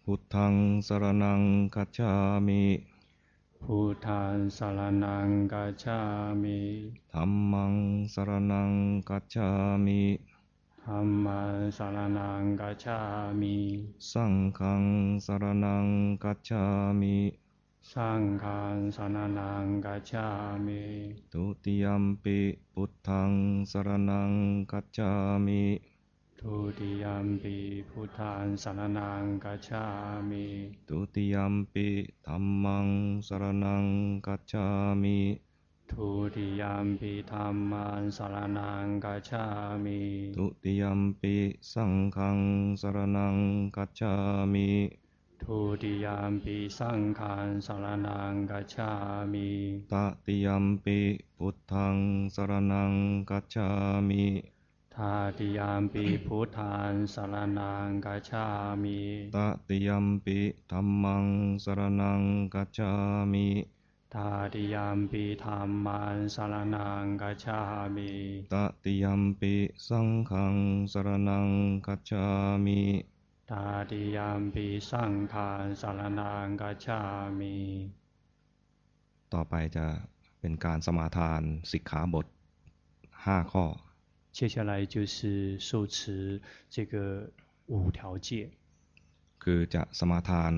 C: พ พุทธังสรนังคัจฉามิ
D: พุทธังสารนังกัจฉามิ
C: ธัมมังสรนังคัจฉามิ
D: ธรรมังสารนังกัจฉามิ
C: สังฆังสรนังคัจฉามิ
D: สังฆังสารนังกัจฉามิ
C: ทุติยมปิพุทธังสรนังคัจฉามิ
D: ทุติยมปิพุทธังสารนังกัจฉามิ
C: ทุติยมปิธัมมังสรนังคัจฉามิ
D: ทุติยมปิธรรมังสารนังกัจฉามิ
C: ทุติยมปิสังฆังสรนังคัจฉามิ
D: ทุติยมปิสังฆังสารนังกัจฉามิ
C: ตติยมปิพุทธังสรนังคัจฉามิ
D: ทาติยามปีพุทธังสารนังกัจฉามิ
C: ตติยมปิธัมมังสรนังคัจฉามิ
D: ทาติยามปีธรรมังสารนังกัจฉามิ
C: ตติยมปิสังฆังสรนังคัจฉามิ
D: ทาติยามปีสังฆังสารนังกัจฉามิ
C: ต่อไปจะเป็นการสมาทานสิกขาบทห้าข้อ
B: 接下来就是受持这个五条戒，
C: คือจะสมาทาน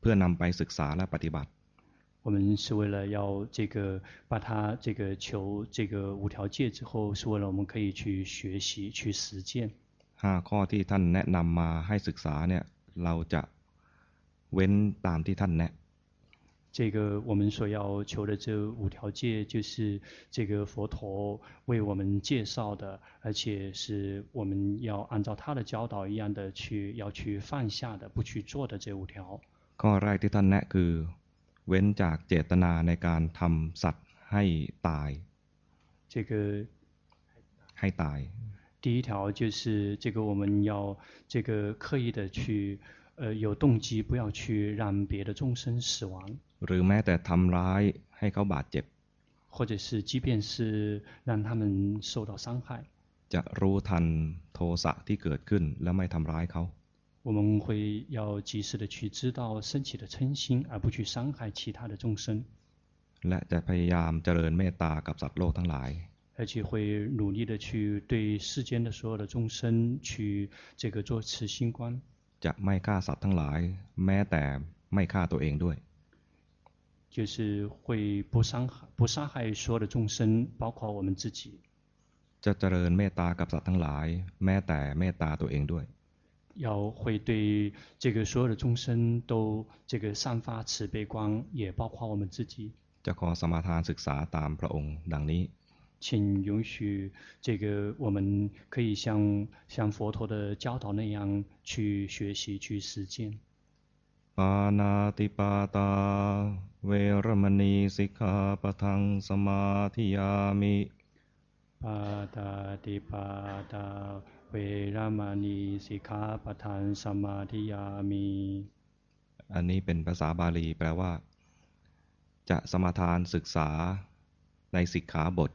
C: เพื่อนำไปศึกษาและปฏิบัติ。
B: 我们是为了要这个把它这个求这个五条戒之后，是为了我们可以去学习去实践。
C: ห้าข้อที่ท่านแนะนำมาให้ศึกษาเนี่ยเราจะเว้นตามที่ท่านแนะ。
B: 这个我们所要求的这五条戒，就是这个佛陀为我们介绍的，而且是我们要按照他的教导一样的去要去放下的，不去做的这五条。
C: ข้อแรกที่ท่านแนะคือเว้นจากเจตนาในการทำสัตว์ให้ตาย。
B: 这个
C: ให้ตาย。
B: 第一条就是这个我们要这个刻意的去。呃，有动机不要去让别的众生死亡，
C: หรือแม้แต่ทำร้ายให้เขาบาดเจ็บ，
B: 或者是即便是让他们受到伤害，
C: จะรู้ทันโทสะที่เกิดขึ้นและไม่ทำร้ายเขา。
B: 我们会要及时的去知道升起的嗔心，而不去伤害其他的众生。
C: และจะพยายามเจริญเมตตากับสัตว์โลกทั้งหลาย。
B: 而且会努力的去对世间的所有的众生去这个做慈心观。
C: จะไม่ฆ่าสัตว์ทั้งหลาย แม้แต่ไม่ฆ่าตัวเองด้วย
B: 就是会不伤害不伤害所有的众生，包括我们自己。
C: จะเจริญเมตตากับสัตว์ทั้งหลาย แม้แต่เมตตาตัวเองด้วย
B: 要会对这个所有的众生都这个散发慈悲光，也包括我们自己。
C: จะขอสมาทานศึกษาตามพระองค์ดังนี้
B: 请允许这个我们可以像像佛陀的教导那样去学习去实践。
C: ปานาติปาตาเวรมณีสิกขาปะทังสมาธิยามิ
D: ปาตาติปาตาเวรมณีสิกขาปะทังสมาธิยามิ
C: อันนี้เป็นภาษาบาลีแปลว่า จะสมาทานศึกษาในสิกขาบท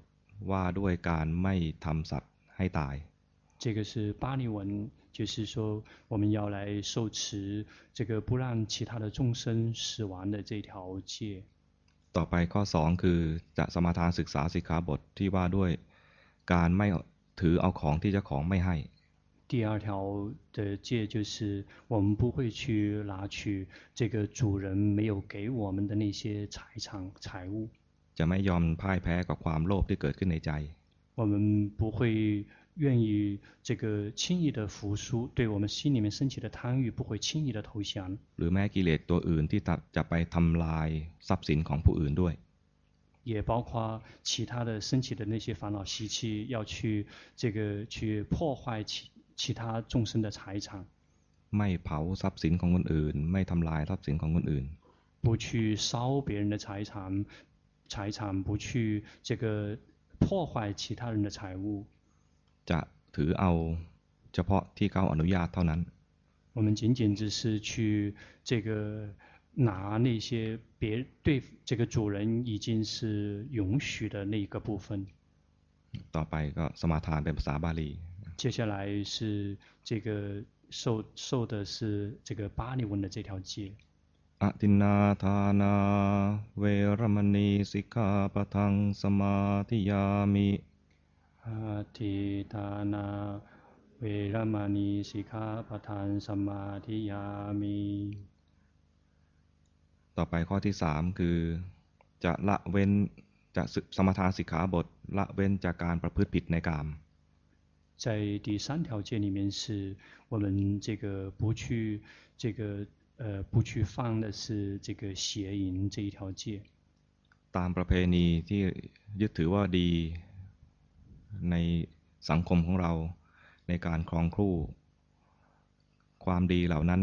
C: ว่าด้วยการไม่ทำสัตว์ให้ตาย。
B: 这个是巴利文，就是说我们要来受持这个不让其他的众生死亡的这条戒。
C: ต่อไปข้อสองคือจะสมาทานศึกษาสิกขาบทที่ว่าด้วยการไม่ถือเอาของที่เจ้าของไม่ให้。
B: 第二条的戒就是我们不会去拿取这个主人没有给我们的那些财产财物。
C: จะไม่ยอมพ่ายแพ้กับความโลภที่เกิดขึ้นในใจ
B: 我们不会愿意这个轻易的服输对我们心里面升起的贪欲不会轻易的投降
C: หรือแม้กิเลสตัวอื่นที่จะไปทำลายทรัพย์สินของผู้อื่นด้วย
B: 也包括其他的升起的那些烦恼习气要去这个去破坏其其他众生的财产
C: ไม่เผาทรัพย์สินของคนอื่น ไม่ทำลายทรัพย์สินของคนอื่น
B: 不去烧别人的财产财产不去这个破坏其他人的财物，
C: จะถือเอาเฉพาะที่เขาอนุญาตเท่านั้น。
B: 我们仅仅只是去这个拿那些别对这个主人已经是允许的那个部分。
C: ต่อไปก็สมาทานเป็นภาษาบาลี。
B: 接下来是这个受受的是这个巴利文的这条戒。
C: อตินนาทานาเวรมณีสิกขาปะทังสมาธิยามิ
D: อาทิทานาเวรมณีสิกขาปทานสมาธิยามิ
C: ต่อไปข้อที่สามคือ จะละเว้นจะสึกสมทานสิกขาบท ละเว้นจากการประพฤติผิดในกาม
B: 在第三条戒里面是我们这个不去这个呃不去犯的是这个邪淫这一条戒，
C: ตามประเพณีที่ยึดถือว่าดีในสังคมของเราในการครองคู่ ความดีเหล่านั้น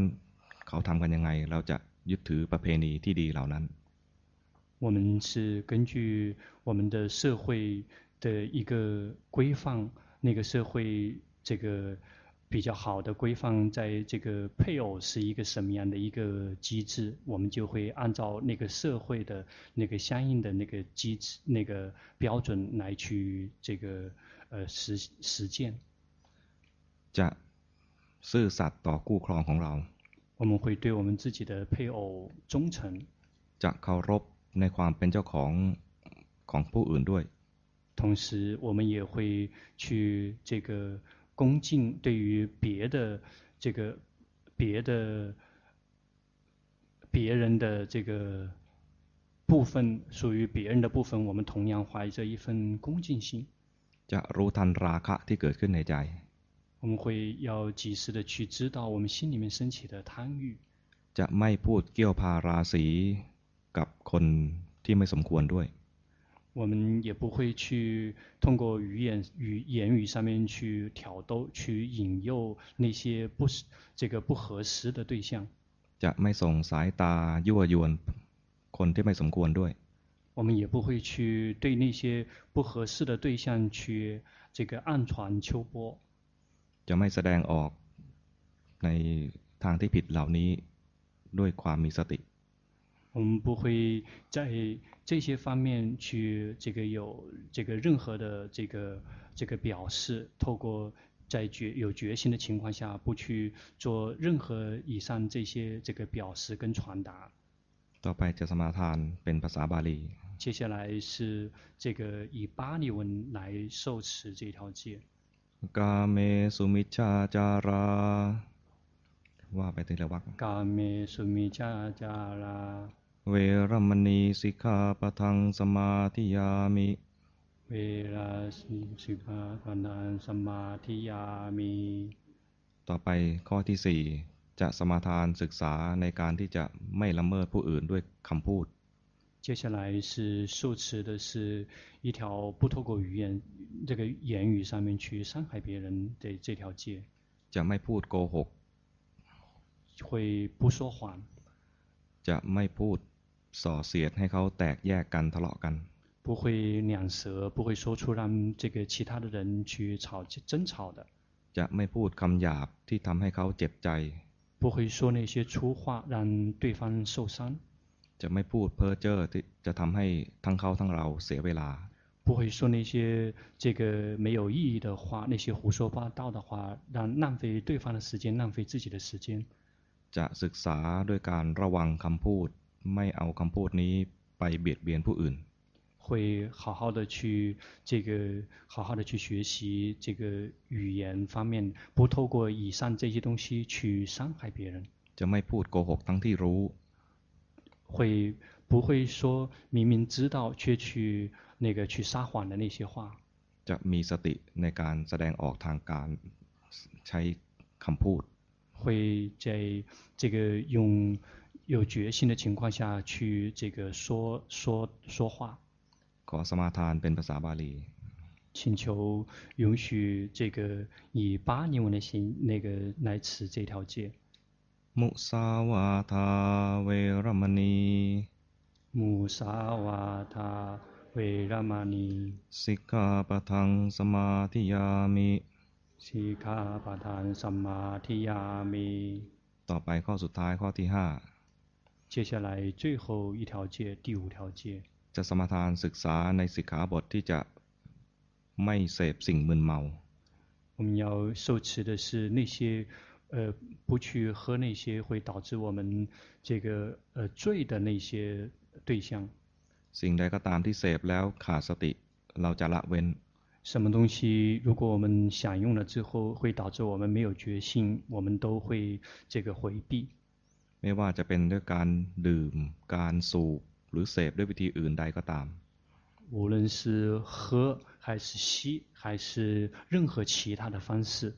C: เขาทำกันยังไง เราจะยึดถือประเพณีที่ดีเหล่านั้น
B: 我们是根据我们的社会的一个规范，那个社会这个比较好的规范，在这个配偶是一个什么样的一个机制，我们就会按照那个社会的那个相应的那个机制、那个标准来去这个呃实实践。
C: จะซื่อสัตย์ต่อคู่ครองของเรา
B: 我们会对我们自己的配偶忠诚，
C: จะเคารพในความเป็นเจ้าของของผู้อื่นด้วย
B: 同时我们也会去这个恭敬对于别的这个别的别人的这个部分，属于别人的部分，我们同样怀着一份恭敬心，
C: จะรู้ทันราคะที่เกิดขึ้นในใจ
B: 我们会要及时的去知道我们心里面升起的贪欲，
C: จะไม่พูดเกี่ยวพาราศีกับคนที่ไม่สมควรด้วย
B: 我们也不会去通过语言、语言语上面去挑逗、去引诱那些不是这个不合适的对象。
C: จะไม่ส่งสายตายั่วยวนคนที่ไม่สมควรด้วย
B: 我们也不会去对那些不合适的对象去这个暗传秋波。
C: จะไม่แสดงออกในทางที่ผิดเหล่านี้ด้วยความมีสติ
B: 我们不会在这些方面去这个有这个任何的这个这个表示，透过在决有决心的情况下，不去做任何以上这些这个表示跟传达。
C: ต่อไปจะสมาทานเป็นภาษาบาลี
B: 接下来是这个以巴利文来受持这条戒，
C: กาเมสุมิชฌาจาราว่าไปถึงละวัก
D: กาเมสุมิจาจารา
C: เวรมณีสิกขาปะทังสมาธิยามิ
D: เวลาสิสิกขาปทานสมาธิยามิ
C: ต่อไปข้อที่สี่จะสมาทานศึกษาในการที่จะไม่ละเมิดผู้อื่นด้วยคำพูด
B: 接下来是受持的是一条不透过语言这个言语上面去伤害别人的这条戒，
C: จะไม่พูดโกหก
B: 会不说谎，
C: จะไม่พูดส่อเสียดให้เขาแตกแยกกันทะเลาะกัน
B: 不会两舌，不会说出让这个其他的人去吵争吵的，
C: จะไม่พูดคำหยาบที่ทำให้เขาเจ็บใจ
B: 不会说那些粗话让对方受伤，
C: จะไม่พูดเพ้อเจ้อที่จะทำให้ทั้งเขาทั้งเราเสียเวลา
B: 不会说那些这个没有意义的话，那些胡说八道的话，让浪费对方的时间，浪费自己的时间。
C: จะศึกษาด้วยการระวังคำพูด ไม่เอาคำพูดนี้ไปเบียดเบียนผู้อื่น
B: 会好好的去这个好好的去学习这个语言方面，不透过以上这些东西去伤害别人，
C: จะไม่พูดโกหกทั้งที่รู้
B: 会不会说明明知道却去那个去撒谎的那些话，
C: จะมีสติในการแสดงออกทางการใช้คำพูด
B: 会在这个用有决心的情况下去这个说说说话，
C: ขอสมาทานเป็นภาษาบาลี
B: 请求允许这个以巴尼文的行那个来持这条戒。
C: มุสาวาทาเวรมณี
D: มุสาวาทาเวรมณี
C: สิกขาปะทังสมาธิยามิ
D: สิกขาปทานสมาธิยามิ
C: ต่อไปข้อสุดท้ายข้อที่
B: 接下来最后一条戒，第五条戒，
C: 5 จะสมาทานศึกษาในสิกขาบทที่จะไม่เสพสิ่งมึนเมา
B: 我们要受持的是那些呃不去喝那些会导致我们这个呃醉的那些对象。
C: สิ่งใดก็ตามที่เสพแล้วขาดสติเราจะละเว้น
B: 什么东西如果我们享用了之后会导致我们没有决心，我们都会这个回避。
C: ไม่ว่าจะเป็นด้วยการดื่ม การสูบหรือเสพด้วยวิธีอื่นใดก็ตาม
B: 无论是喝还是吸，还是任何其他的方式，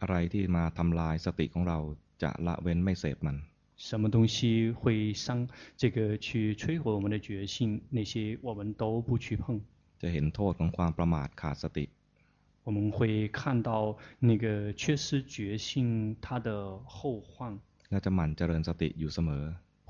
C: อะไรที่มาทำลายสติของเราจะละเว้นไม่เสพมัน
B: 什么东西会伤这个去摧毁我们的决心，那些我们都不去碰。
C: จะเห็นโทษของความประมาทขาดสติ
B: 我们会看到那个缺失决心它的后患，
C: และจะหมั่นเจริญสติอยู่เสมอ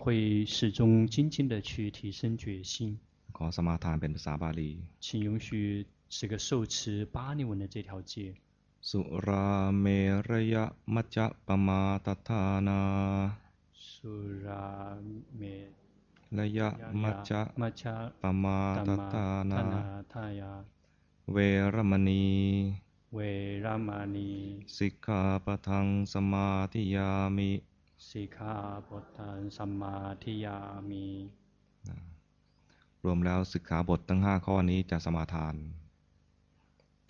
B: 会始终静静的去提升决心。
C: ขอสมาทานเป็นภาษาบาลี
B: 请允许这个受持巴利文的这条戒。
C: สุราเมรยมัจจปมาตทานา
B: 苏拉美
C: ระยะมัจจ
B: 玛恰
C: ปมา
B: 达
C: ต
B: 玛
C: ทา
B: 塔
C: นา
B: 那塔雅
C: เวรมณี
B: 维拉玛尼
C: สิกขาปะทังสมาธิยามิ
B: 西卡波坦萨玛提亚米。
C: รวมแล้วสิกขาบททั้ง 5 ข้อนี้จะสมาทาน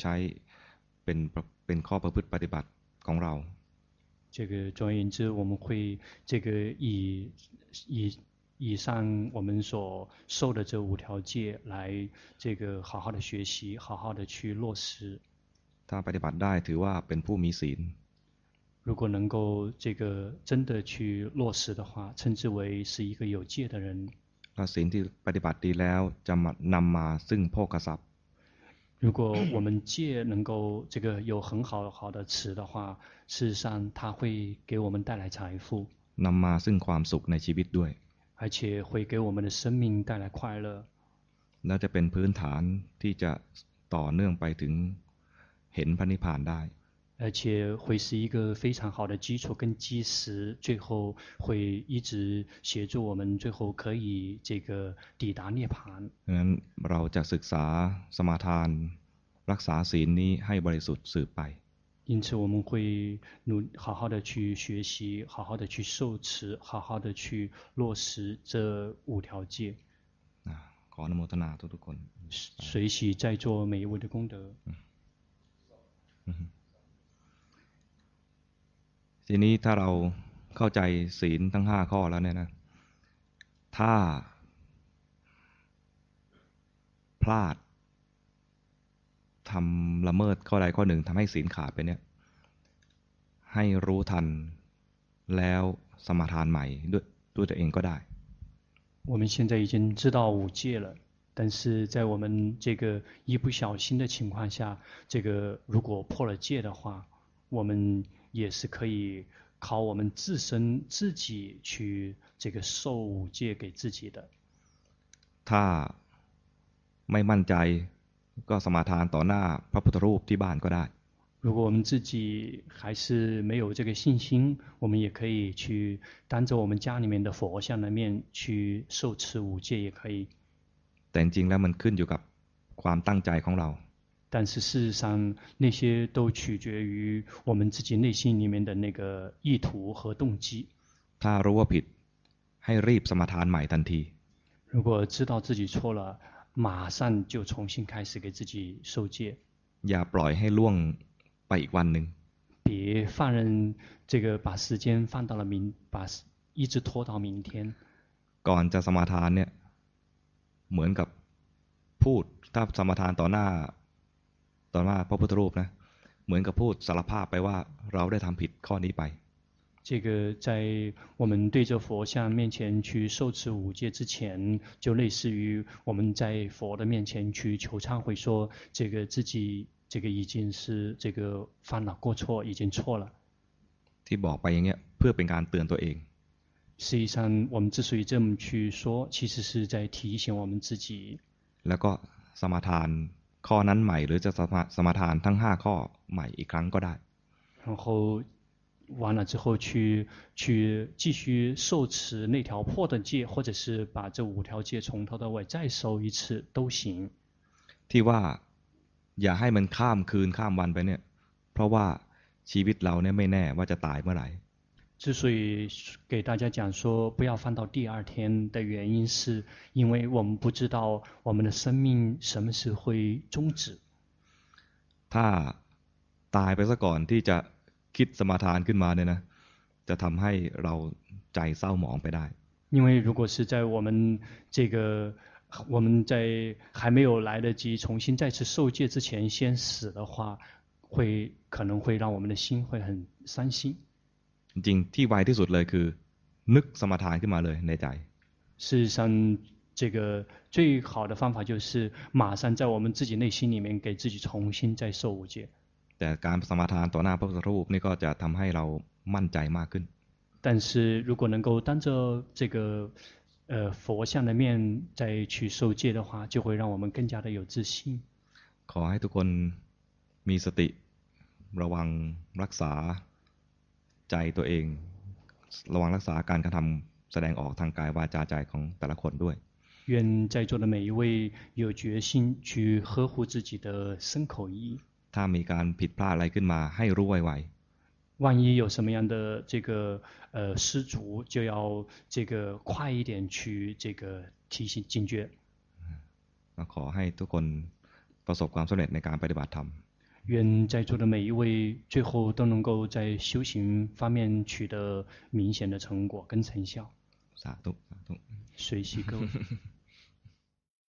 C: ใช้เป็นประเป็นข้อประพฤติปฏิบัติของเรา
B: 这个总而言之，我们会这个以以以上我们所受的这五条戒来这个好好的学习，好好的去落实。
C: ถ้าปฏิบัติได้ถือว่าเป็นผู้มีศีล
B: 如果能够这个真的去落实的话，称之为是一个有戒的人。
C: และศีลที่ปฏิบัติดีแล้วจะมานำมาซึ่งโภคทรัพย์
B: 如果我们戒能够这个有很好好的持的话，事实上它会给我们带来财富，
C: นำมาซึ่งความสุขในชีวิตด้วย
B: 而且会给我们的生命带来快乐，
C: และจะเป็นพื้นฐานที่จะต่อเนื่องไปถึงเห็นพระนิพพานได้
B: 而且会是一个非常好的基础跟基石，最后会一直协助我们，最后可以这个抵达涅槃。
C: ดังนั้นเราจะศึกษาสมาทาน รักษาศีลนี้ให้บริสุทธิ์สืบไป
B: 因此，我们会努好好的去学习，好好的去受持，好好的去落实这五条戒。
C: นะขออนุโมทนาทุกๆคน
B: 随喜在座每一位的功德。
C: ทีนี้ถ้าเราเข้าใจศีลทั้งห้าข้อแล้วเนี่ยนะ ถ้า พลาดทำละเมิดข้อใดข้อหนึ่งทำให้ศีลขาดไปเนี่ย ให้รู้ทันแล้วสมาทานใหม่ด้วยด้วยตัวเองก็ได้
B: 我们现在已经知道五戒了，但是在我们这个一不小心的情况下，这个如果破了戒的话，我们也是可以靠我们自身自己去这个受五戒给自己的。
C: ถ้าไม่มั่นใจก็สมาทานต่อหน้าพระพุทธรูปที่บ้านก็ได้
B: 如果我们自己还是没有这个信心，我们也可以去当着我们家里面的佛像的面去受持五戒，也可以。
C: แต่จริงๆแล้วมันขึ้นอยู่กับความตั้งใจของเรา
B: 但是事实上，那些都取决于我们自己内心里面的那个意图和动机。
C: ถ้ารู้ว่าผิดให้รีบสมาทานใหม่ทันที
B: 如果知道自己错了，马上就重新开始给自己受戒，
C: อย่าปล่อยให้ล่วงไปอีกวันหนึ่ง
B: 别放任这个把时间放到了明，把时一直拖到明天。
C: ก่อนจะสมาทานเนี่ย เหมือนกับพูดถ้าสมาทานต่อหน้า ต่อหน้าพระพุทธรูปนะ เหมือนกับพูดสารภาพไปว่าเราได้ทำผิดข้อนี้ไป
B: 这个在我们对着佛像面前去受持五戒之前，就类似于我们在佛的面前去求忏悔说，这个自己这个已经是这个犯了过错，已经错了。
C: ที่บอกไปอย่างเงี้ยเพื่อเป็นการเตือนตัวเอง
B: 实际上，我们之所以这么去说，其实是在提醒我们自己，
C: แล้วก็สมาทานข้อนั้นใหม่ หรือจะสมาสมาทานทั้ง 5 ข้อใหม่อีกครั้งก็ได้
B: 然后完了之后去去继续受持那条破的戒，或者是把这五条戒从头到尾再受一次都行。
C: ที่ว่าอย่าให้มันข้ามคืนข้ามวันไปเนี่ย เพราะว่า ชีวิตเราเนี่ยไม่แน่ว่าจะตายเมื่อไหร่
B: 之所以给大家讲说不要放到第二天的原因，是因为我们不知道我们的生命什么时候会终止。
C: ถ้าตายไปซะก่อนที่จะคิดสมาทานขึ้นมาเนี่ยนะ จะทำให้เราใจเศร้าหมองไปได้。
B: 因为如果是在我们这个我们在还没有来得及重新再次受戒之前先死的话，会可能会让我们的心会很伤心。
C: จริงที่ไวที่สุดเลยคือ นึกสมาทานขึ้นมาเลยในใจ
B: 事实上这个最好的方法就是马上在我们自己内心里面给自己重新再受五戒
C: แต่การสมาทานต่อหน้าพระพุทธรูปนี่ก็จะทำให้เรามั่นใจมากขึ้น
B: 但是如果能够当着这个呃佛像的面再去受戒的话，就会让我们更加的有自信。
C: ขอให้ทุกคนมีสติระวังรักษาใจตัวเอง ระวังรักษาการกระทำแสดงออกทางกายวาจาใจของแต่ละคนด้วย
B: 愿在座的每一位有决心去呵护自己的身口意。
C: ถ้ามีการผิดพลาดอะไรขึ้นมาให้รู้ไวๆ
B: 万一有什么样的这个呃失足，就要这个快一点去这个提醒警觉。
C: 那ขอให้ทุกคนประสบความสำเร็จในการปฏิบัติธรรม。
B: 愿在座的每一位最后都能够在修行方面取得明显的成果跟成效。
C: สาธุสาธุ。
B: 随喜各位。